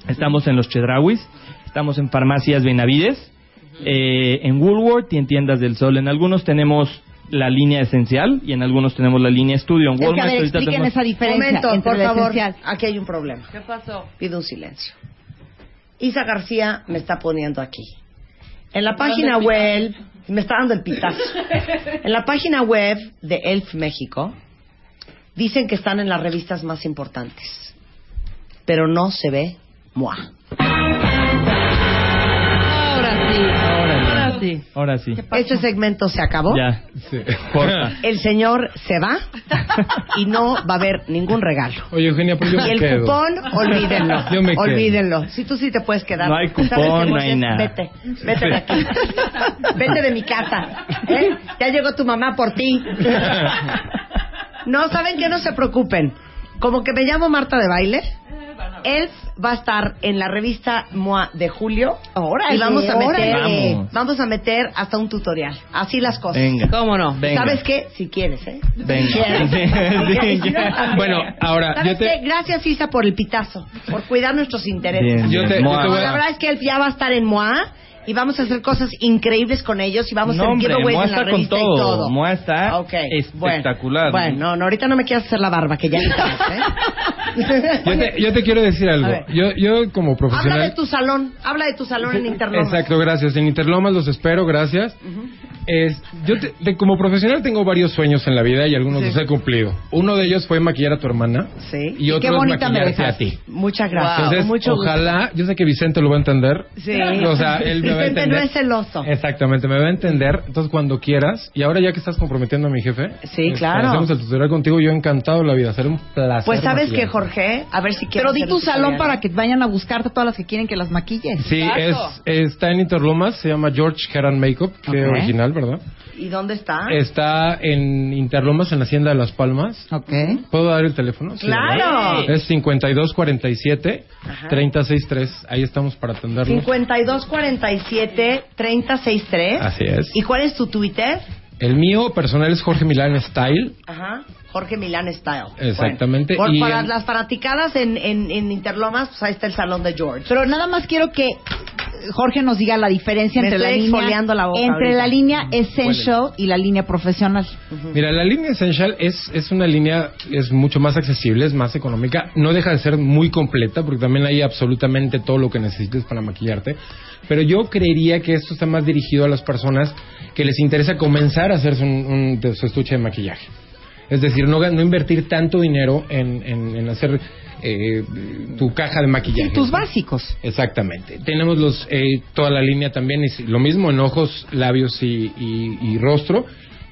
G: Estamos en los Chedrawis, estamos en farmacias Benavides, eh, en Woolworth y en tiendas del Sol. En algunos tenemos la línea esencial y en algunos tenemos la línea estudio. En
E: Es que, a
G: Walmart
E: ver,
G: ahorita
E: expliquen
G: tenemos-
E: esa diferencia
B: Momento,
E: entre
B: por
E: lo
B: favor.
E: esencial.
B: Aquí hay un problema.
D: ¿Qué pasó?
B: Pido un silencio. Isa García me está poniendo aquí. En la página
D: el
B: web, me está dando el pitazo. en la página web de Elf México, dicen que están en las revistas más importantes. Pero no se ve MOA.
D: Ahora sí, ahora sí.
G: Ahora sí.
B: Este segmento se acabó.
G: Ya.
H: Sí.
G: Corta.
B: El señor se va y no va a haber ningún regalo.
H: Oye, Eugenia, pues yo
B: Y
H: me
B: el
H: quedo.
B: cupón, olvídenlo.
H: Yo me quedo.
B: olvídenlo. Si tú sí te puedes quedar.
G: No hay
B: ¿Sabes
G: cupón,
B: qué,
G: no
B: Moisés?
G: hay nada.
B: Vete, vete de aquí. Vete de mi casa. ¿eh? Ya llegó tu mamá por ti. No, ¿saben que No se preocupen. Como que me llamo Marta de Baile. Él va a estar en la revista MOA de julio.
E: Órale,
B: y vamos a meter,
G: órale.
B: vamos. a meter hasta un tutorial. Así las cosas.
G: Venga.
D: ¿Cómo no?
G: Venga.
B: ¿Sabes qué? Si quieres, ¿eh? Si
G: Venga.
B: quieres.
G: Sí, sí.
H: Bueno, ahora,
B: ¿Sabes
H: yo
B: qué?
H: te,
B: Gracias, Isa, por el pitazo, por cuidar nuestros intereses.
G: Bien,
H: Yo
G: bien.
H: te- yo
G: Moa.
H: te
B: No,
H: voy
B: la
H: a-
B: verdad es que él ya va a estar en MOA y vamos a hacer cosas increíbles con ellos y vamos
G: No,
B: a hacer
G: hombre,
B: giveaways
G: Moa
B: en la
G: está con
B: revista
G: todo.
B: y todo.
G: Moa está
B: Ok, bueno.
G: espectacular.
B: Bueno, no, ahorita no me quieras hacer la barba, que ya ni sabes, ¿eh?
H: yo te, yo te quiero decir algo.
B: A ver.
H: Yo, yo como
B: Habla de
H: profesional...
B: tu salón, habla de tu salón en internet.
H: Exacto, gracias. En Interlomas los espero, gracias. Es- yo te- te- como profesional tengo varios sueños en la vida y algunos los he cumplido. Uno de ellos fue maquillar a tu hermana
B: Sí.
H: y,
E: qué
H: otro es
E: bonita me
H: maquillarte a
E: dejaste.
H: ti.
B: Muchas gracias.
H: Entonces,
B: Ah, con mucho gusto.
H: ojalá, yo sé que Vicente lo va a entender.
B: Sí.
H: O sea, él me va a
B: Vicente no
H: entender.
B: es celoso.
H: Exactamente, me va a entender. Entonces, cuando quieras, y ahora ya que estás comprometiendo a mi jefe,
B: Sí,
H: este,
B: claro.
H: Hacemos el tutorial contigo, yo encantado de la vida, será un placer.
B: Pues sabes que
H: maquillarte.
B: Jorge, a ver si quieres.
E: Pero di
B: hacer
E: tu
B: el
E: salón
B: tutorial.
E: para que vayan a buscarte todas las que quieren que las maquilles.
H: Sí, es, está en Interlomas, se llama George Hair and Makeup, que
E: Ok.
H: original, ¿verdad?
B: ¿Y dónde está?
H: Eh, Está en Interlomas, en la Hacienda de las Palmas.
E: Ok.
H: ¿Puedo dar el teléfono? Sí, Eh,
B: ¡Claro!
H: ¿verdad? es 5247-3063. Ahí estamos para atendernos.
B: 5247-3063.
H: Así es.
B: ¿Y cuál es tu Twitter?
H: El mío personal es Jorge Milán Style.
B: Ajá. Jorge Milán Style.
H: Exactamente,
B: Bueno, por-
H: y
B: para
H: en-
B: las fanaticadas en, en, en Interlomas, pues ahí está el salón de George.
E: Pero nada más quiero que Jorge nos diga la diferencia
B: Me
E: entre, la
B: estoy
E: línea,
B: exfoliando la boca
E: entre
B: ahorita.
E: la
H: Mm,
E: línea essential y la línea profesional.
H: Mira, la línea Essential es, es una línea, es mucho más accesible, es más económica. No deja de ser muy completa porque también hay absolutamente todo lo que necesites para maquillarte. Pero yo creería que esto está más dirigido a las personas que les interesa comenzar a hacerse un, un- de su estuche de maquillaje. Es decir, no, gan- no invertir tanto dinero en, en- en hacer eh, tu caja de maquillaje.
E: Tus básicos.
H: Exactamente. Tenemos los eh, toda la línea también, es lo mismo en ojos, labios y, y- y rostro,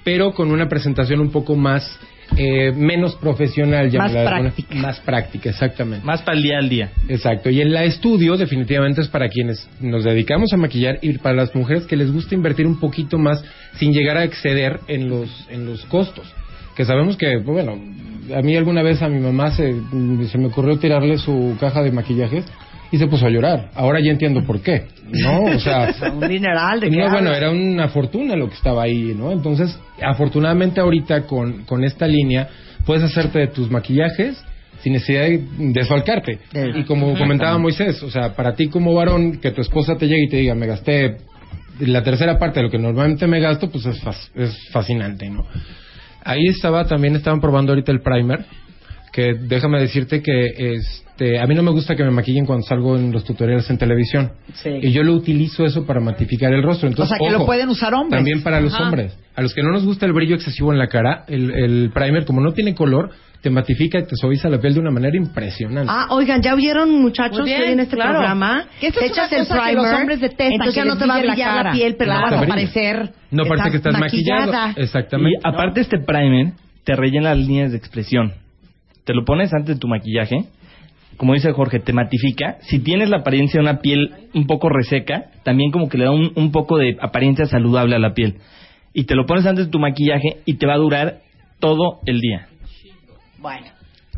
H: pero con una presentación un poco más eh, menos profesional, llamémosla de alguna-
E: práctica.
H: más práctica, exactamente.
G: Más para el día al día.
H: Exacto. Y en la estudio definitivamente es para quienes nos dedicamos a maquillar y para las mujeres que les gusta invertir un poquito más sin llegar a exceder en los en los costos. Que sabemos que, pues, bueno, a mí alguna vez a mi mamá se, se me ocurrió tirarle su caja de maquillajes y se puso a llorar. Ahora ya entiendo por qué. No, o sea,
B: Un dineral de qué
H: no, bueno,
B: hablas?
H: era una fortuna lo que estaba ahí, ¿no? Entonces, afortunadamente ahorita con, con esta línea puedes hacerte de tus maquillajes sin necesidad de desfalcarte. Y como comentaba Moisés, o sea, para ti como varón, que tu esposa te llegue y te diga, me gasté la tercera parte de lo que normalmente me gasto, pues es, fas- es fascinante, ¿no? Ahí estaba, también estaban probando ahorita el primer, que déjame decirte que este, a mí no me gusta que me maquillen cuando salgo en los tutoriales en televisión.
B: Sí.
H: Y yo lo utilizo eso para matificar el rostro.
E: O
H: Entonces,
E: sea, que lo
H: ojo,
E: pueden usar hombres.
H: También para los hombres. A los que no nos gusta el brillo excesivo en la cara, el, el primer, como no tiene color, te matifica y te suaviza la piel de una manera impresionante.
B: Ah, oigan, ya oyeron muchachos
D: Muy bien,
B: que hoy en este
D: claro.
B: programa.
E: Que esa
B: te
E: es una
B: echas el
E: cosa que
B: primer,
E: los hombres detestan,
B: entonces
E: que
B: ya no
E: les
B: te va a
E: brille la
B: brillar la,
E: cara.
B: piel, pero
E: Claro.
B: vas a
H: Te brilla.
B: parecer
H: no parece que estás maquillado.
E: maquillada.
G: Y
H: Exactamente.
G: aparte este primer te rellena las líneas de expresión. Te lo pones antes de tu maquillaje. Como dice Jorge, te matifica. Si tienes la apariencia de una piel un poco reseca, también como que le da un, un poco de apariencia saludable a la piel. Y te lo pones antes de tu maquillaje y te va a durar todo el día.
B: Bueno,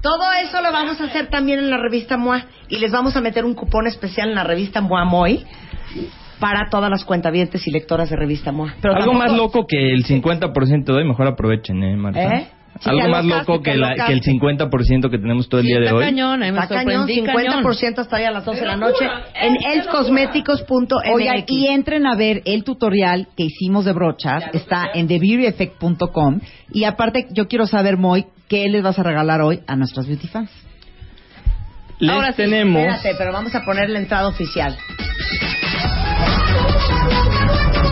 B: todo eso lo vamos a hacer también en la revista MOA y les vamos a meter un cupón especial en la revista MOA MOI para todas las cuentavientes y lectoras de revista MOA.
G: Algo más loco que el 50% de hoy, mejor aprovechen, ¿eh, Marta?
B: ¿Eh? Sí,
G: Algo
B: te
G: más
B: alocaste,
G: loco
B: te
G: que, la-
B: alocaste.
G: que el 50% que tenemos todo el día de
D: está
G: hoy.
D: cañón, ahí me
B: Está cañón,
D: sorprendí, cañón.
B: 50% hasta ahí a las 12 de la noche
D: eh,
B: en elcosméticos.mx.
E: Oigan, y entren a ver el tutorial que hicimos de brochas. Está en TheBeautyEffect.com. Y aparte, yo quiero saber, Moy, ¿qué les vas a regalar hoy a nuestras beauty fans?
G: Les
B: Ahora sí,
G: tenemos...
B: Espérate, pero vamos a poner la entrada oficial.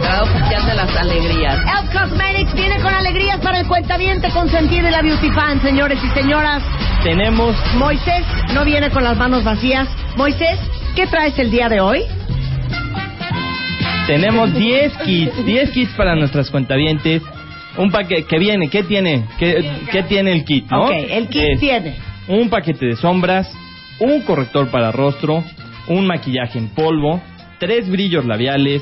D: Grado oficial de las alegrías.
B: Elf Cosmetics viene con alegrías para el cuentaviente consentido y la beauty fan, señores y señoras.
G: Tenemos
B: Moisés no viene con las manos vacías. Moisés, ¿qué traes el día de hoy?
G: Tenemos 10 kits, 10 kits para nuestras cuentavientes. Un paquete que viene, ¿qué tiene? ¿Qué, qué tiene el kit? ¿no?
B: Ok, el kit
G: Es
B: tiene.
G: Un paquete de sombras, un corrector para rostro, un maquillaje en polvo, tres brillos labiales,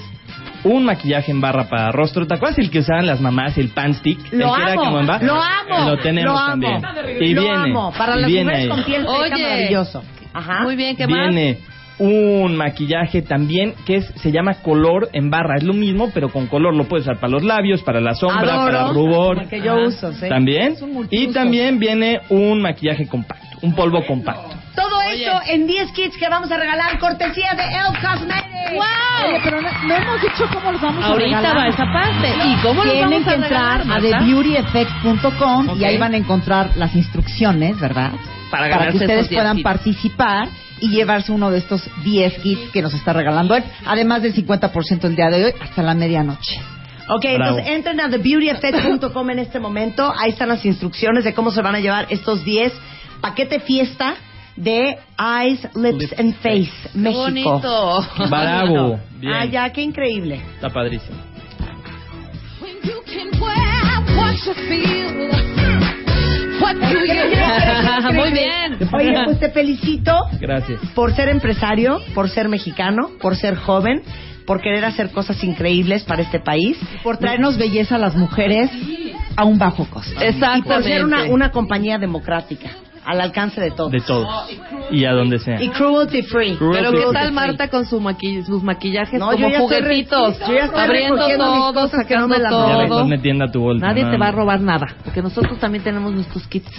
G: un maquillaje en barra para rostro. ¿Te acuerdas el que usaban las mamás, el pan stick?
B: Lo
G: el que era
B: amo,
G: como en barra.
B: lo amo,
G: Lo tenemos
B: lo amo.
G: también. Y
B: Lo
G: viene,
B: amo. Para
G: y
B: las
G: viene
B: mujeres
G: ahí.
B: con piel seca,
D: Oye.
B: maravilloso. Ajá.
D: Muy bien, ¿qué más?
G: viene un maquillaje también que es- se llama color en barra. Es lo mismo, pero con color. Lo puedes usar para los labios, para la sombra,
B: Adoro,
G: para el rubor.
B: el que yo uso, sí.
G: También. Y también viene un maquillaje compacto, un polvo compacto.
B: Todo esto en 10 kits que vamos a regalar, cortesía de Elf Cosmetics.
E: Oye, pero no, no hemos dicho cómo los vamos a
D: Ahorita
E: regalar.
D: va esa parte. ¿Y cómo lo
E: Tienen
D: vamos a
E: que entrar
D: regalar,
E: a
D: Marta?
E: TheBeautyEffect.com y ahí van a encontrar las instrucciones, ¿verdad?
D: Para
E: para que
D: ganarse
E: ustedes
D: esos 10
E: puedan
D: kits.
E: participar y llevarse uno de estos 10 kits que nos está regalando él, además del 50% el día de hoy hasta la medianoche.
B: Ok,
G: Bravo.
B: entonces entren a thebeautyeffect.com en este momento. Ahí están las instrucciones de cómo se van a llevar estos 10 paquete fiesta de Eyes, Lips and Face,
D: Qué
B: México.
D: bonito.
G: Bravo. Bien.
B: Ah, ya, qué increíble.
G: Está padrísimo.
C: When you can wear what you feel, what do you get?
D: Muy bien.
B: Oye, pues te felicito
G: Gracias.
B: por ser empresario, por ser mexicano, por ser joven, por querer hacer cosas increíbles para este país,
E: Por traernos belleza a las mujeres a un bajo costo.
D: Exactamente.
B: por ser una, una compañía democrática, al alcance de todos.
G: De todos. Y a donde sea.
B: Y cruelty free.
D: Pero
G: Creo
D: qué
G: que
D: tal
B: sí.
D: Marta con su maqui- sus maquillajes
B: No, yo
D: como
B: ya estoy re-
D: juguetitos,
B: yo ya estoy
D: abriendo
B: recogiendo mis
D: todo,
B: cosas que no
D: sacando
B: me las
G: Ya le estás
D: todo.
G: metiendo a tu bolsa.
D: Nadie
G: nada
D: te va a
G: más.
D: robar nada, porque nosotros también tenemos nuestros kits.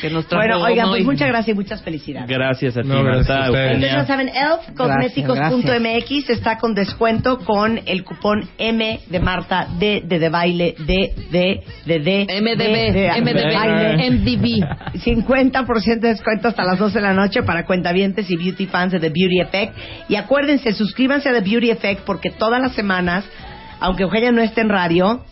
D: que nos trajo
B: Bueno, oigan, pues
D: Moy.
B: muchas gracias y muchas felicidades.
G: Gracias a ti,
H: No, gracias
G: Marta,
H: a ustedes.
G: Eugenia.
B: Entonces ya saben, elfcosméticos.mx está con descuento con el cupón M de Marta, D de, de baile, D de, de, de, de- de-
D: MDB,
B: de
D: MDB,
B: baile.
D: MDB.
B: 50% de descuento hasta las 12 de la noche para cuentavientes y beauty fans de The Beauty Effect. Y acuérdense, suscríbanse a The Beauty Effect porque todas las semanas, aunque Eugenia no esté en radio,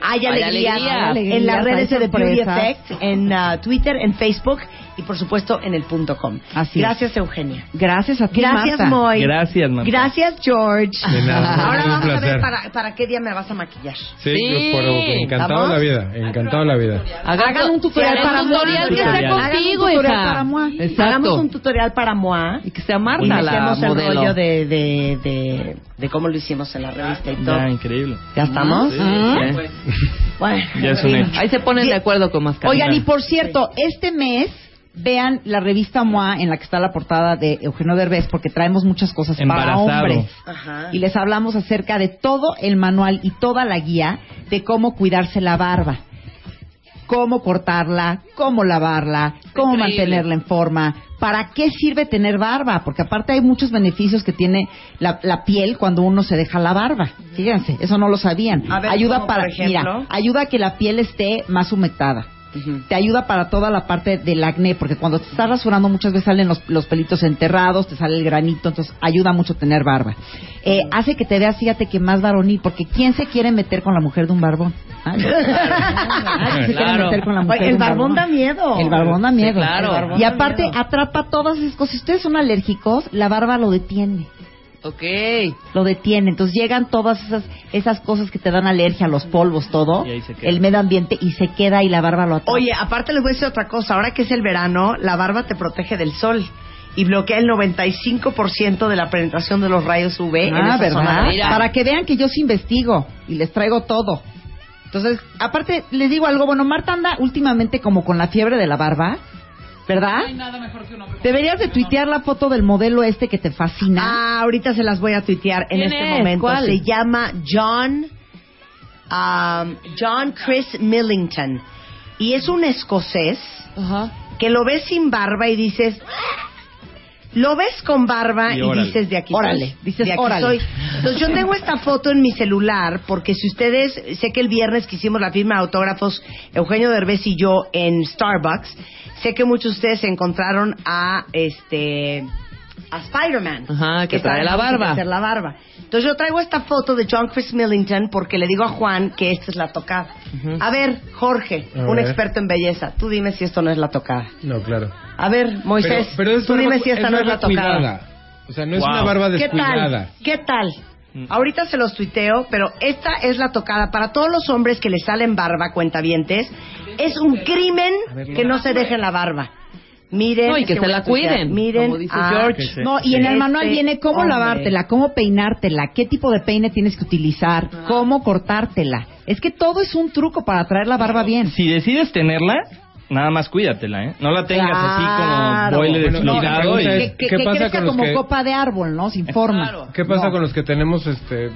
B: hay
D: Hay
B: alegría,
D: alegría.
B: en las redes de The Beauty
E: sorpresas.
B: Effect, en uh, Twitter, en Facebook y por supuesto en el punto com.
E: Así es.
B: Gracias, Eugenia.
E: Gracias a ti,
B: Gracias,
E: Marta.
B: Moy.
G: Gracias, Marta.
B: Gracias, George.
H: De nada,
B: Ahora
H: un
B: vamos a ver
H: placer.
B: para, para qué día me vas a maquillar.
H: Sí,
D: Sí,
H: yo por- encantado
B: ¿vamos?
H: de la vida, encantado de la vida.
E: Hagan un tutorial
D: Hagan
E: para
D: un
E: Moy.
D: tutorial que sea
G: Tutorial.
D: contigo,
E: Hagan un tutorial
D: hija.
E: para Moy.
D: Exacto.
B: Hagamos un tutorial para Moa.
D: y que sea
B: Y
D: Marta la
B: metemos el rollo
D: modelo.
B: de, de, de, de cómo lo hicimos en la revista y todo.
G: Ya, increíble.
B: ¿Ya estamos?
G: Sí,
B: ¿Ah? Bueno.
G: Ya es un hecho.
D: Ahí se ponen de acuerdo con más
E: Oigan, y por cierto, este mes vean la revista MOA en la que está la portada de Eugenio Derbez porque traemos muchas cosas para
G: Embarazado.
E: hombres.
B: Ajá.
E: Y les hablamos acerca de todo el manual y toda la guía de cómo cuidarse la barba. Cómo cortarla, cómo lavarla, cómo
D: Increíble.
E: mantenerla en forma. ¿Para qué sirve tener barba? Porque aparte hay muchos beneficios que tiene la, la piel cuando uno se deja la barba. Fíjense, eso no lo sabían.
B: A ver,
E: ayuda
B: ¿cómo,
E: para,
B: por ejemplo?
E: mira, ayuda a que la piel esté más humectada. te ayuda para toda la parte del acné, porque cuando te estás rasurando muchas veces salen los, los pelitos enterrados, te sale el granito, entonces ayuda mucho tener barba. Eh, hace que te veas, fíjate que más varonil, porque ¿quién se quiere meter con la mujer de un barbón? Ah, no. Nadie se quiere meter con la mujer
B: Oye,
E: de
B: el
E: un
B: barbón da miedo.
E: El barbón da miedo.
D: claro.
E: El barbón y
B: da
E: aparte
B: miedo.
E: atrapa todas esas cosas. Si ustedes son alérgicos, la barba lo detiene
D: Ok.
E: lo detiene. Entonces llegan todas esas esas cosas que te dan alergia, los polvos, todo,
G: Y ahí se queda.
E: el medio ambiente y se queda y la barba lo atrapa.
B: Oye, aparte les voy a decir otra cosa. Ahora que es el verano, la barba te protege del sol y bloquea el 95% de la penetración de los rayos UV en
E: ah,
B: esa zona.
E: ¿verdad?
D: mira.
E: Para que vean que yo sí investigo y les traigo todo. Entonces, aparte les digo algo, bueno, Marta anda últimamente como con la fiebre de la barba, ¿verdad? Deberías de tuitear la foto del modelo este que te fascina.
B: Ah, ahorita se las voy a tuitear en
D: ¿Quién
B: este
D: es?
B: momento.
D: ¿Cuál?
B: Se llama John um, John Chris Millington y es un escocés
D: Ajá.
B: que lo ves sin barba y dices "Ah", lo ves con barba
G: Y
B: y,
G: órale.
B: dices de aquí
E: Órale,
B: soy,
E: dices,
B: de aquí
E: órale.
B: soy. Entonces yo tengo esta foto en mi celular porque si ustedes sé que el viernes que hicimos la firma de autógrafos Eugenio Derbez y yo en Starbucks sé que muchos de ustedes encontraron a este a Spider-Man
D: Ajá, que trae
B: estaba
D: la
B: en
D: barba.
B: hacer la barba. Entonces yo traigo esta foto de John Chris Millington porque le digo a Juan que esta es la tocada. A ver, Jorge,
H: A
B: un
H: ver.
B: experto en belleza, tú dime si esto no es la tocada.
H: No, claro.
B: A ver, Moisés,
H: pero es
B: Pues tú
H: barba-
B: dime si esta
H: es
B: no es
H: barba
B: la tocada.
H: cuidada. O sea, no es
G: Wow.
H: una barba
B: ¿Qué tal?
H: descuidada.
B: ¿Qué tal? Ahorita se los tuiteo, pero esta es la tocada. Para todos los hombres que les salen barba, cuentavientes, es un crimen que no se dejen la barba. Miren,
D: No, y que
B: este
D: se
B: voy
D: la
B: a tuitear.
D: cuiden,
B: Miren,
D: como dice
B: a-
D: George.
G: Sí.
E: No, y en el
B: Este
E: manual viene cómo
B: hombre.
E: lavártela, cómo peinártela, qué tipo de peine tienes que utilizar,
D: Ah.
E: cómo cortártela. Es que todo es un truco para traer la barba bien.
G: Si decides tenerla, nada más cuídatela, ¿eh? No la tengas así
B: Claro.
G: como boile
H: Bueno, no, la
G: descuidado
H: pregunta
G: y...
H: es-
E: Que, que-
H: ¿Qué
E: que
H: pasa
E: crezca
H: con los
E: como
H: que-
E: copa de árbol, ¿no? Sin forma.
D: Claro.
H: ¿Qué pasa
E: No.
H: con los que tenemos este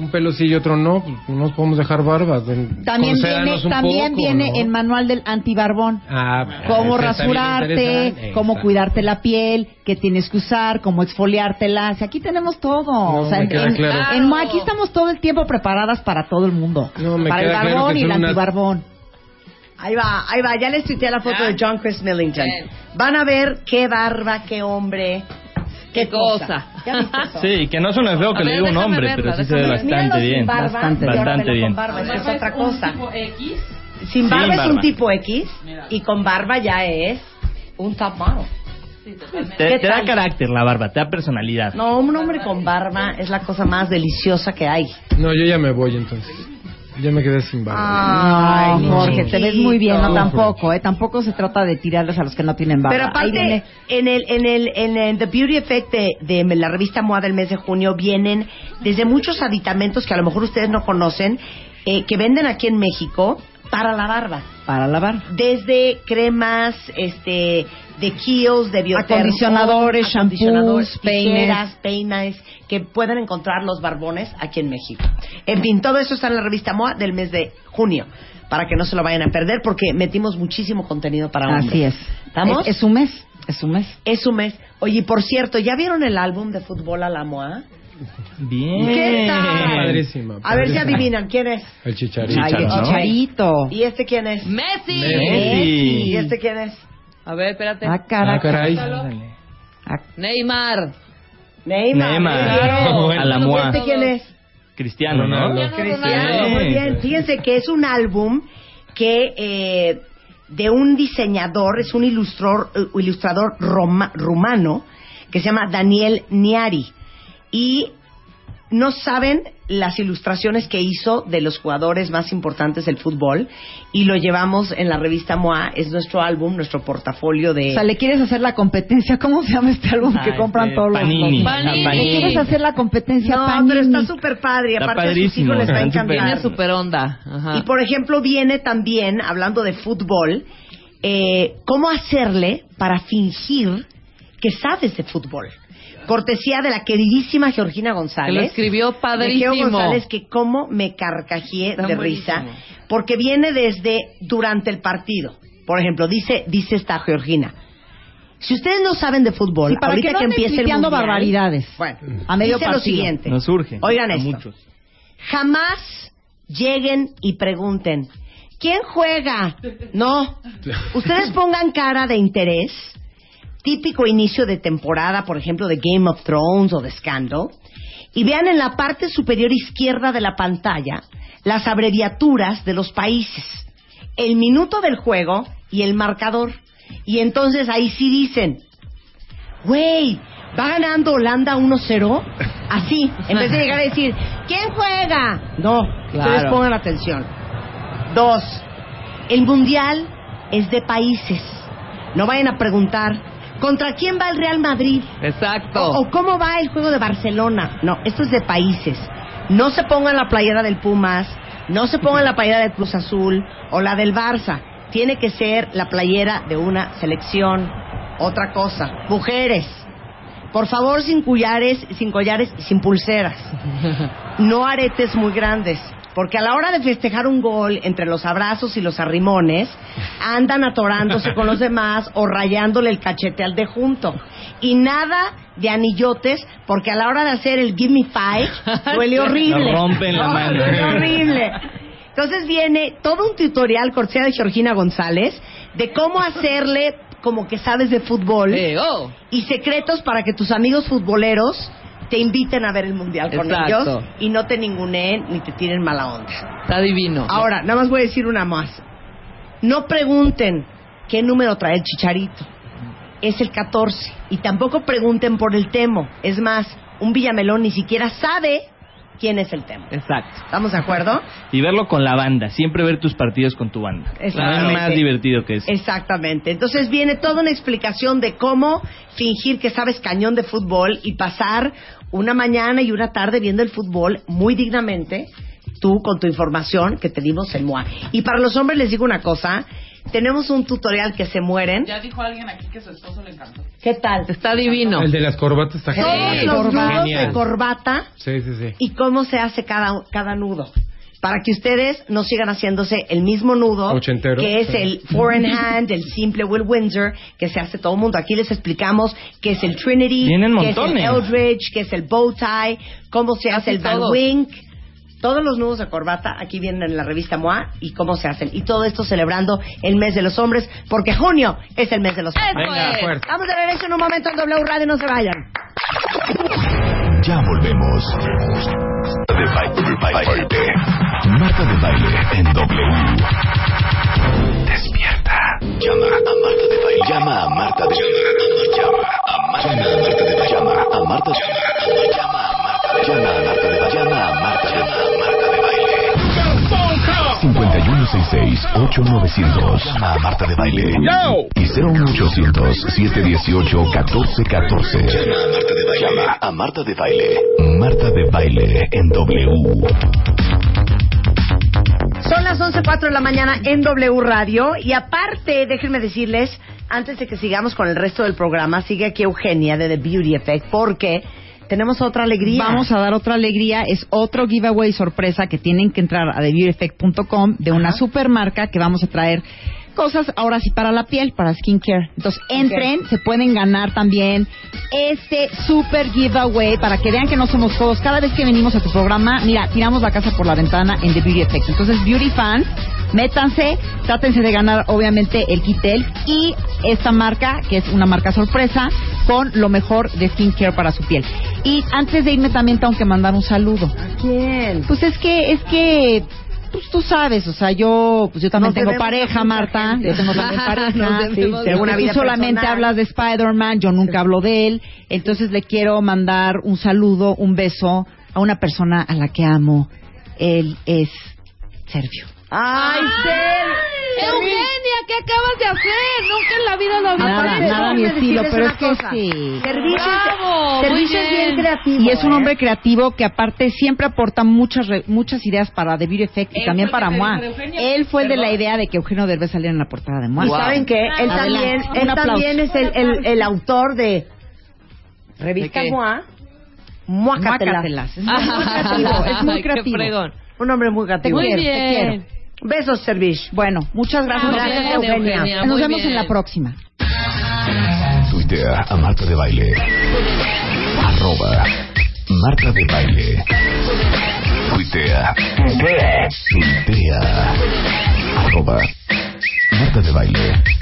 H: un pelo sí y otro no? Pues, No nos podemos dejar barbas. En-
E: También viene,
H: concédanos un
E: también
H: poco,
E: viene
H: ¿no?
E: el manual del antibarbón.
H: Ah,
E: Cómo
H: ese está bien
E: rasurarte,
H: interesante.
E: cómo
H: Exacto.
E: cuidarte la piel, qué tienes que usar, cómo exfoliártela. O sea, aquí tenemos todo. o sea,
H: me
E: en,
H: queda
E: en-
H: claro.
E: en Moa, aquí estamos todo el tiempo preparadas para todo el mundo.
H: No, me
E: para el
H: queda claro
E: barbón
H: que
E: y el
H: son unas-
E: antibarbón.
B: Ahí va, ahí va, ya les tuiteé la foto
D: Ya.
B: de John Chris Millington.
D: Bien.
B: Van a ver qué barba, qué hombre, qué,
D: Qué
B: cosa.
D: cosa.
B: ¿Ya viste eso?
G: Sí, que no suena feo
D: A
G: que le
D: ver,
G: diga un
D: déjame
G: hombre,
D: verla,
G: pero sí se
D: déjame
G: ve
D: verla.
G: bastante
B: Míralo sin
G: bien.
B: barba,
E: Bastante
B: y ahora
G: bien.
B: velo con
G: Bastante
B: barba, es que es
F: Barba
B: otra
F: Pues un
B: cosa.
F: tipo X.
B: Sin barba es un
G: barba.
B: tipo X y con barba ya es un top model. ¿Qué
G: Te, te da
B: tal?
G: carácter la barba, te da personalidad.
B: No, un hombre con barba es la cosa más deliciosa que hay.
H: No, yo ya me voy entonces. Ya me quedé sin
E: Ah.
H: barba.
B: Ay,
E: no, Jorge, te ves muy bien, no
B: chiquito.
E: tampoco, ¿eh? Tampoco se trata de tirarles a los que no tienen barba.
B: Pero
E: Ahí viene-
B: aparte, en el, en el, en el The Beauty Effect de, de la revista MOA del mes de junio vienen desde muchos aditamentos que a lo mejor ustedes no conocen, eh, que venden aquí en México para la barba.
E: para lavar.
B: Desde cremas, este, de Kiehl's, de bioterm,
E: Acondicionadores,
B: acondicionadores,
E: shampoos, peines.
B: tijeras, peines, que pueden encontrar los barbones aquí en México. En fin, todo eso está en la revista MOA del mes de junio, para que no se lo vayan a perder, porque metimos muchísimo contenido para hombres.
E: Así es.
B: ¿Estamos?
E: Es, es un mes, es un mes.
B: Es un mes. Oye, y por cierto, ¿ya vieron el álbum de fútbol a la MOA?
G: Bien.
B: ¿Qué tal?
H: Padrísima,
B: A ver si
H: padrísima.
B: adivinan quién es.
H: El chicharito.
E: Ay,
G: Chicharito,
E: el
G: ¿no?
E: chicharito.
B: ¿Y este quién es?
D: ¡Messi!
G: Messi.
B: ¿Y este quién es?
D: A ver, espérate.
E: Ah,
H: Ah,
E: caray.
H: caray.
E: Ah,
D: Neymar.
B: Neymar.
G: Neymar.
B: Claro.
G: A la
B: ¿Y
G: MOA.
B: este quién es?
G: Cristiano, ¿no?
H: Ronaldo.
B: Cristiano. Muy bien. Fíjense que es un álbum que eh, de un diseñador, es un ilustrador, eh, ilustrador roma- rumano que se llama Daniel Niari. Y no saben las ilustraciones que hizo de los jugadores más importantes del fútbol y lo llevamos en la revista MOA, es nuestro álbum, nuestro portafolio de...
E: O sea, le quieres hacer la competencia. ¿Cómo se llama este álbum que
G: Ay,
E: compran
G: sí,
E: todos los-
G: Panini.
E: los?
D: Panini.
E: Le quieres hacer la competencia
B: no,
E: Panini.
B: pero está súper padre,
G: Está
B: aparte a sus
G: padrísimo,
B: hijos les va a
G: está súper-
B: encantar.
D: Tiene super onda. Ajá.
B: Y por ejemplo, viene también, hablando de fútbol, eh, cómo hacerle para fingir que sabes de fútbol. Cortesía de la queridísima Georgina
D: Que lo
B: González.
D: escribió
B: De Geo
D: padrísimo.
B: González, que cómo me carcajeé
D: Está
B: de
D: buenísimo.
B: risa, porque viene desde durante el partido. Por ejemplo, dice, dice esta Georgina. Si ustedes no saben de fútbol,
E: Sí, ¿para
B: ahorita
E: qué lo
B: que
E: anden
B: empiece el
E: tuiteando
B: mundial,
E: barbaridades?
B: Bueno,
E: A medio
B: dice lo
E: partido.
B: siguiente.
G: Nos surge.
B: Oigan
G: a
B: esto
G: Muchos.
B: jamás lleguen y pregunten ¿Quién juega? No. Ustedes pongan cara de interés, típico inicio de temporada, por ejemplo, de Game of Thrones o de Scandal, y vean en la parte superior izquierda de la pantalla las abreviaturas de los países, el minuto del juego y el marcador. Y entonces ahí sí dicen, güey, va ganando Holanda 1-0. Así, en vez de llegar a decir, ¿quién juega? No, ustedes
D: Claro.
B: pongan atención. Dos, el mundial es de países. No vayan a preguntar, ¿contra quién va el Real Madrid?
D: Exacto.
B: O, o cómo va el juego de Barcelona. No, esto es de países. No se pongan la playera del Pumas, no se pongan la playera del Cruz Azul o la del Barça. Tiene que ser la playera de una selección. Otra cosa, mujeres, por favor sin collares, sin collares, y sin pulseras. No aretes muy grandes, porque a la hora de festejar un gol entre los abrazos y los arrimones, andan atorándose con los demás o rayándole el cachete al de junto. Y nada de anillotes, porque a la hora de hacer el give me five, duele horrible.
G: Nos rompen la
B: No,
G: mano.
B: duele horrible. Entonces viene todo un tutorial cortesía de Georgina González de cómo hacerle como que sabes de fútbol
D: Eh, oh.
B: y secretos para que tus amigos futboleros te inviten a ver el mundial con
D: Exacto.
B: ellos y no te ninguneen ni te tienen mala onda.
D: Está divino.
B: Ahora, nada más voy a decir una más. No pregunten qué número trae el chicharito. Es el 14. Y tampoco pregunten por el temo. Es más, un Villamelón ni siquiera sabe quién es el temo.
D: Exacto.
B: ¿Estamos de acuerdo?
G: Y verlo con la banda, siempre ver tus partidos con tu banda.
B: Exactamente.
G: Nada más divertido que eso.
B: Exactamente. Entonces viene toda una explicación de cómo fingir que sabes cañón de fútbol y pasar una mañana y una tarde viendo el fútbol muy dignamente, tú con tu información que te dimos en MOA. Y para los hombres les digo una cosa, tenemos un tutorial que se mueren.
F: Ya dijo alguien aquí que su esposo le encantó.
B: ¿Qué tal?
D: Está divino.
H: El de las corbatas está
B: Todos
H: genial.
B: los nudos de
H: Genial.
B: corbata
H: Sí, sí, sí.
B: y cómo se hace cada, cada nudo. Para que ustedes no sigan haciéndose el mismo nudo,
H: Ochentero,
B: que es
H: sí.
B: el four in hand, el simple Will Windsor, que se hace todo el mundo. Aquí les explicamos que es el Trinity,
G: Vienen
B: que es el
G: montones.
B: Eldridge, que es el bow tie, cómo se hace el Van
D: todos.
B: Wink. Todos los nudos de corbata aquí vienen en la revista MOA y cómo se hacen. Y todo esto celebrando el mes de los hombres, porque junio es el mes de los hombres.
G: Venga,
D: es.
G: fuerte.
B: Vamos de regreso en un momento en W Radio, no se vayan.
A: Ya volvemos. De ba- de ba- baile. Marta de baile en W. Despierta. Llama a Marta de baile. Llama a Marta de baile. Llama a Marta de baile. Llama a Marta de baile. Llama a Marta de baile. Llama a Marta de baile. Llama a Marta de baile. Llama a Marta de baile. 5166-8900 Llama a Marta de Baile y 01800-718-1414 Llama a Marta de Baile Llama a Marta de Baile Marta de Baile en W
B: Son las 11.04 de la mañana en W Radio y aparte, déjenme decirles, antes de que sigamos con el resto del programa, sigue aquí Eugenia de The Beauty Effect porque tenemos otra alegría.
E: Vamos a dar otra alegría. Es otro giveaway sorpresa que tienen que entrar a TheBeautyEffect.com de una supermarca que vamos a traer cosas ahora sí para la piel, para skincare. Entonces entren, se pueden ganar también este super giveaway para que vean que no somos todos. Cada vez que venimos a tu programa, mira, tiramos la casa por la ventana en The Beauty Effect. Entonces, Beauty Fans, métanse, trátense de ganar obviamente el Kitel y esta marca, que es una marca sorpresa, con lo mejor de skincare para su piel. Y antes de irme también tengo que mandar un saludo.
B: ¿A quién?
E: Pues es que, es que, pues tú sabes, o sea, yo, pues yo también
B: Nos
E: tengo
B: debemos
E: pareja,
B: a mucha
E: Marta,
B: gente.
E: yo tengo también
B: Nos
E: pareja, sí,
B: debemos de
E: pero
B: una
E: tú
B: vida
E: solamente
B: personal.
E: hablas de Spider-Man, yo nunca hablo de él, entonces le quiero mandar un saludo, un beso a una persona a la que amo, él es Sergio.
B: ¡Ay,
E: Ah.
B: Ser!
D: Eugenia, ¿qué acabas de hacer? Nunca en la vida lo había
E: Nada,
D: hecho.
E: nada mi estilo, pero es que sí.
B: Servicios,
D: Bravo,
B: servicios
D: muy
B: bien.
D: bien.
B: creativos.
E: Y es un
B: ¿eh?
E: hombre creativo que aparte siempre aporta muchas re- muchas ideas para The Beauty Effect y
F: Él
E: también
F: fue el
E: para
F: que te
E: MOA.
F: dijo de Eugenio.
E: Él fue el de la
F: Perdón.
E: idea de que Eugenio Derbez saliera en la portada de MOA.
B: Y saben que él también,
E: Adelante.
B: él
E: Un aplauso.
B: también es el, el, el autor de Revista
D: ¿De qué?
B: MOA. Muácatelas.
E: Muácatelas. Es
B: creativo, es muy
D: Ay, qué
E: creativo.
D: fregón.
B: Un hombre muy creativo.
D: Muy
E: quiero, te
D: bien.
B: Besos, Servish.
E: Bueno, muchas gracias.
B: Bravo, Gracias, bien, Eugenia. Eugenia,
E: Nos
D: muy
E: vemos
D: bien.
E: en la próxima.
A: Tuitea a Marta de Baile. Arroba Marta de Baile. Tuitea. Tuitea. Arroba de baile.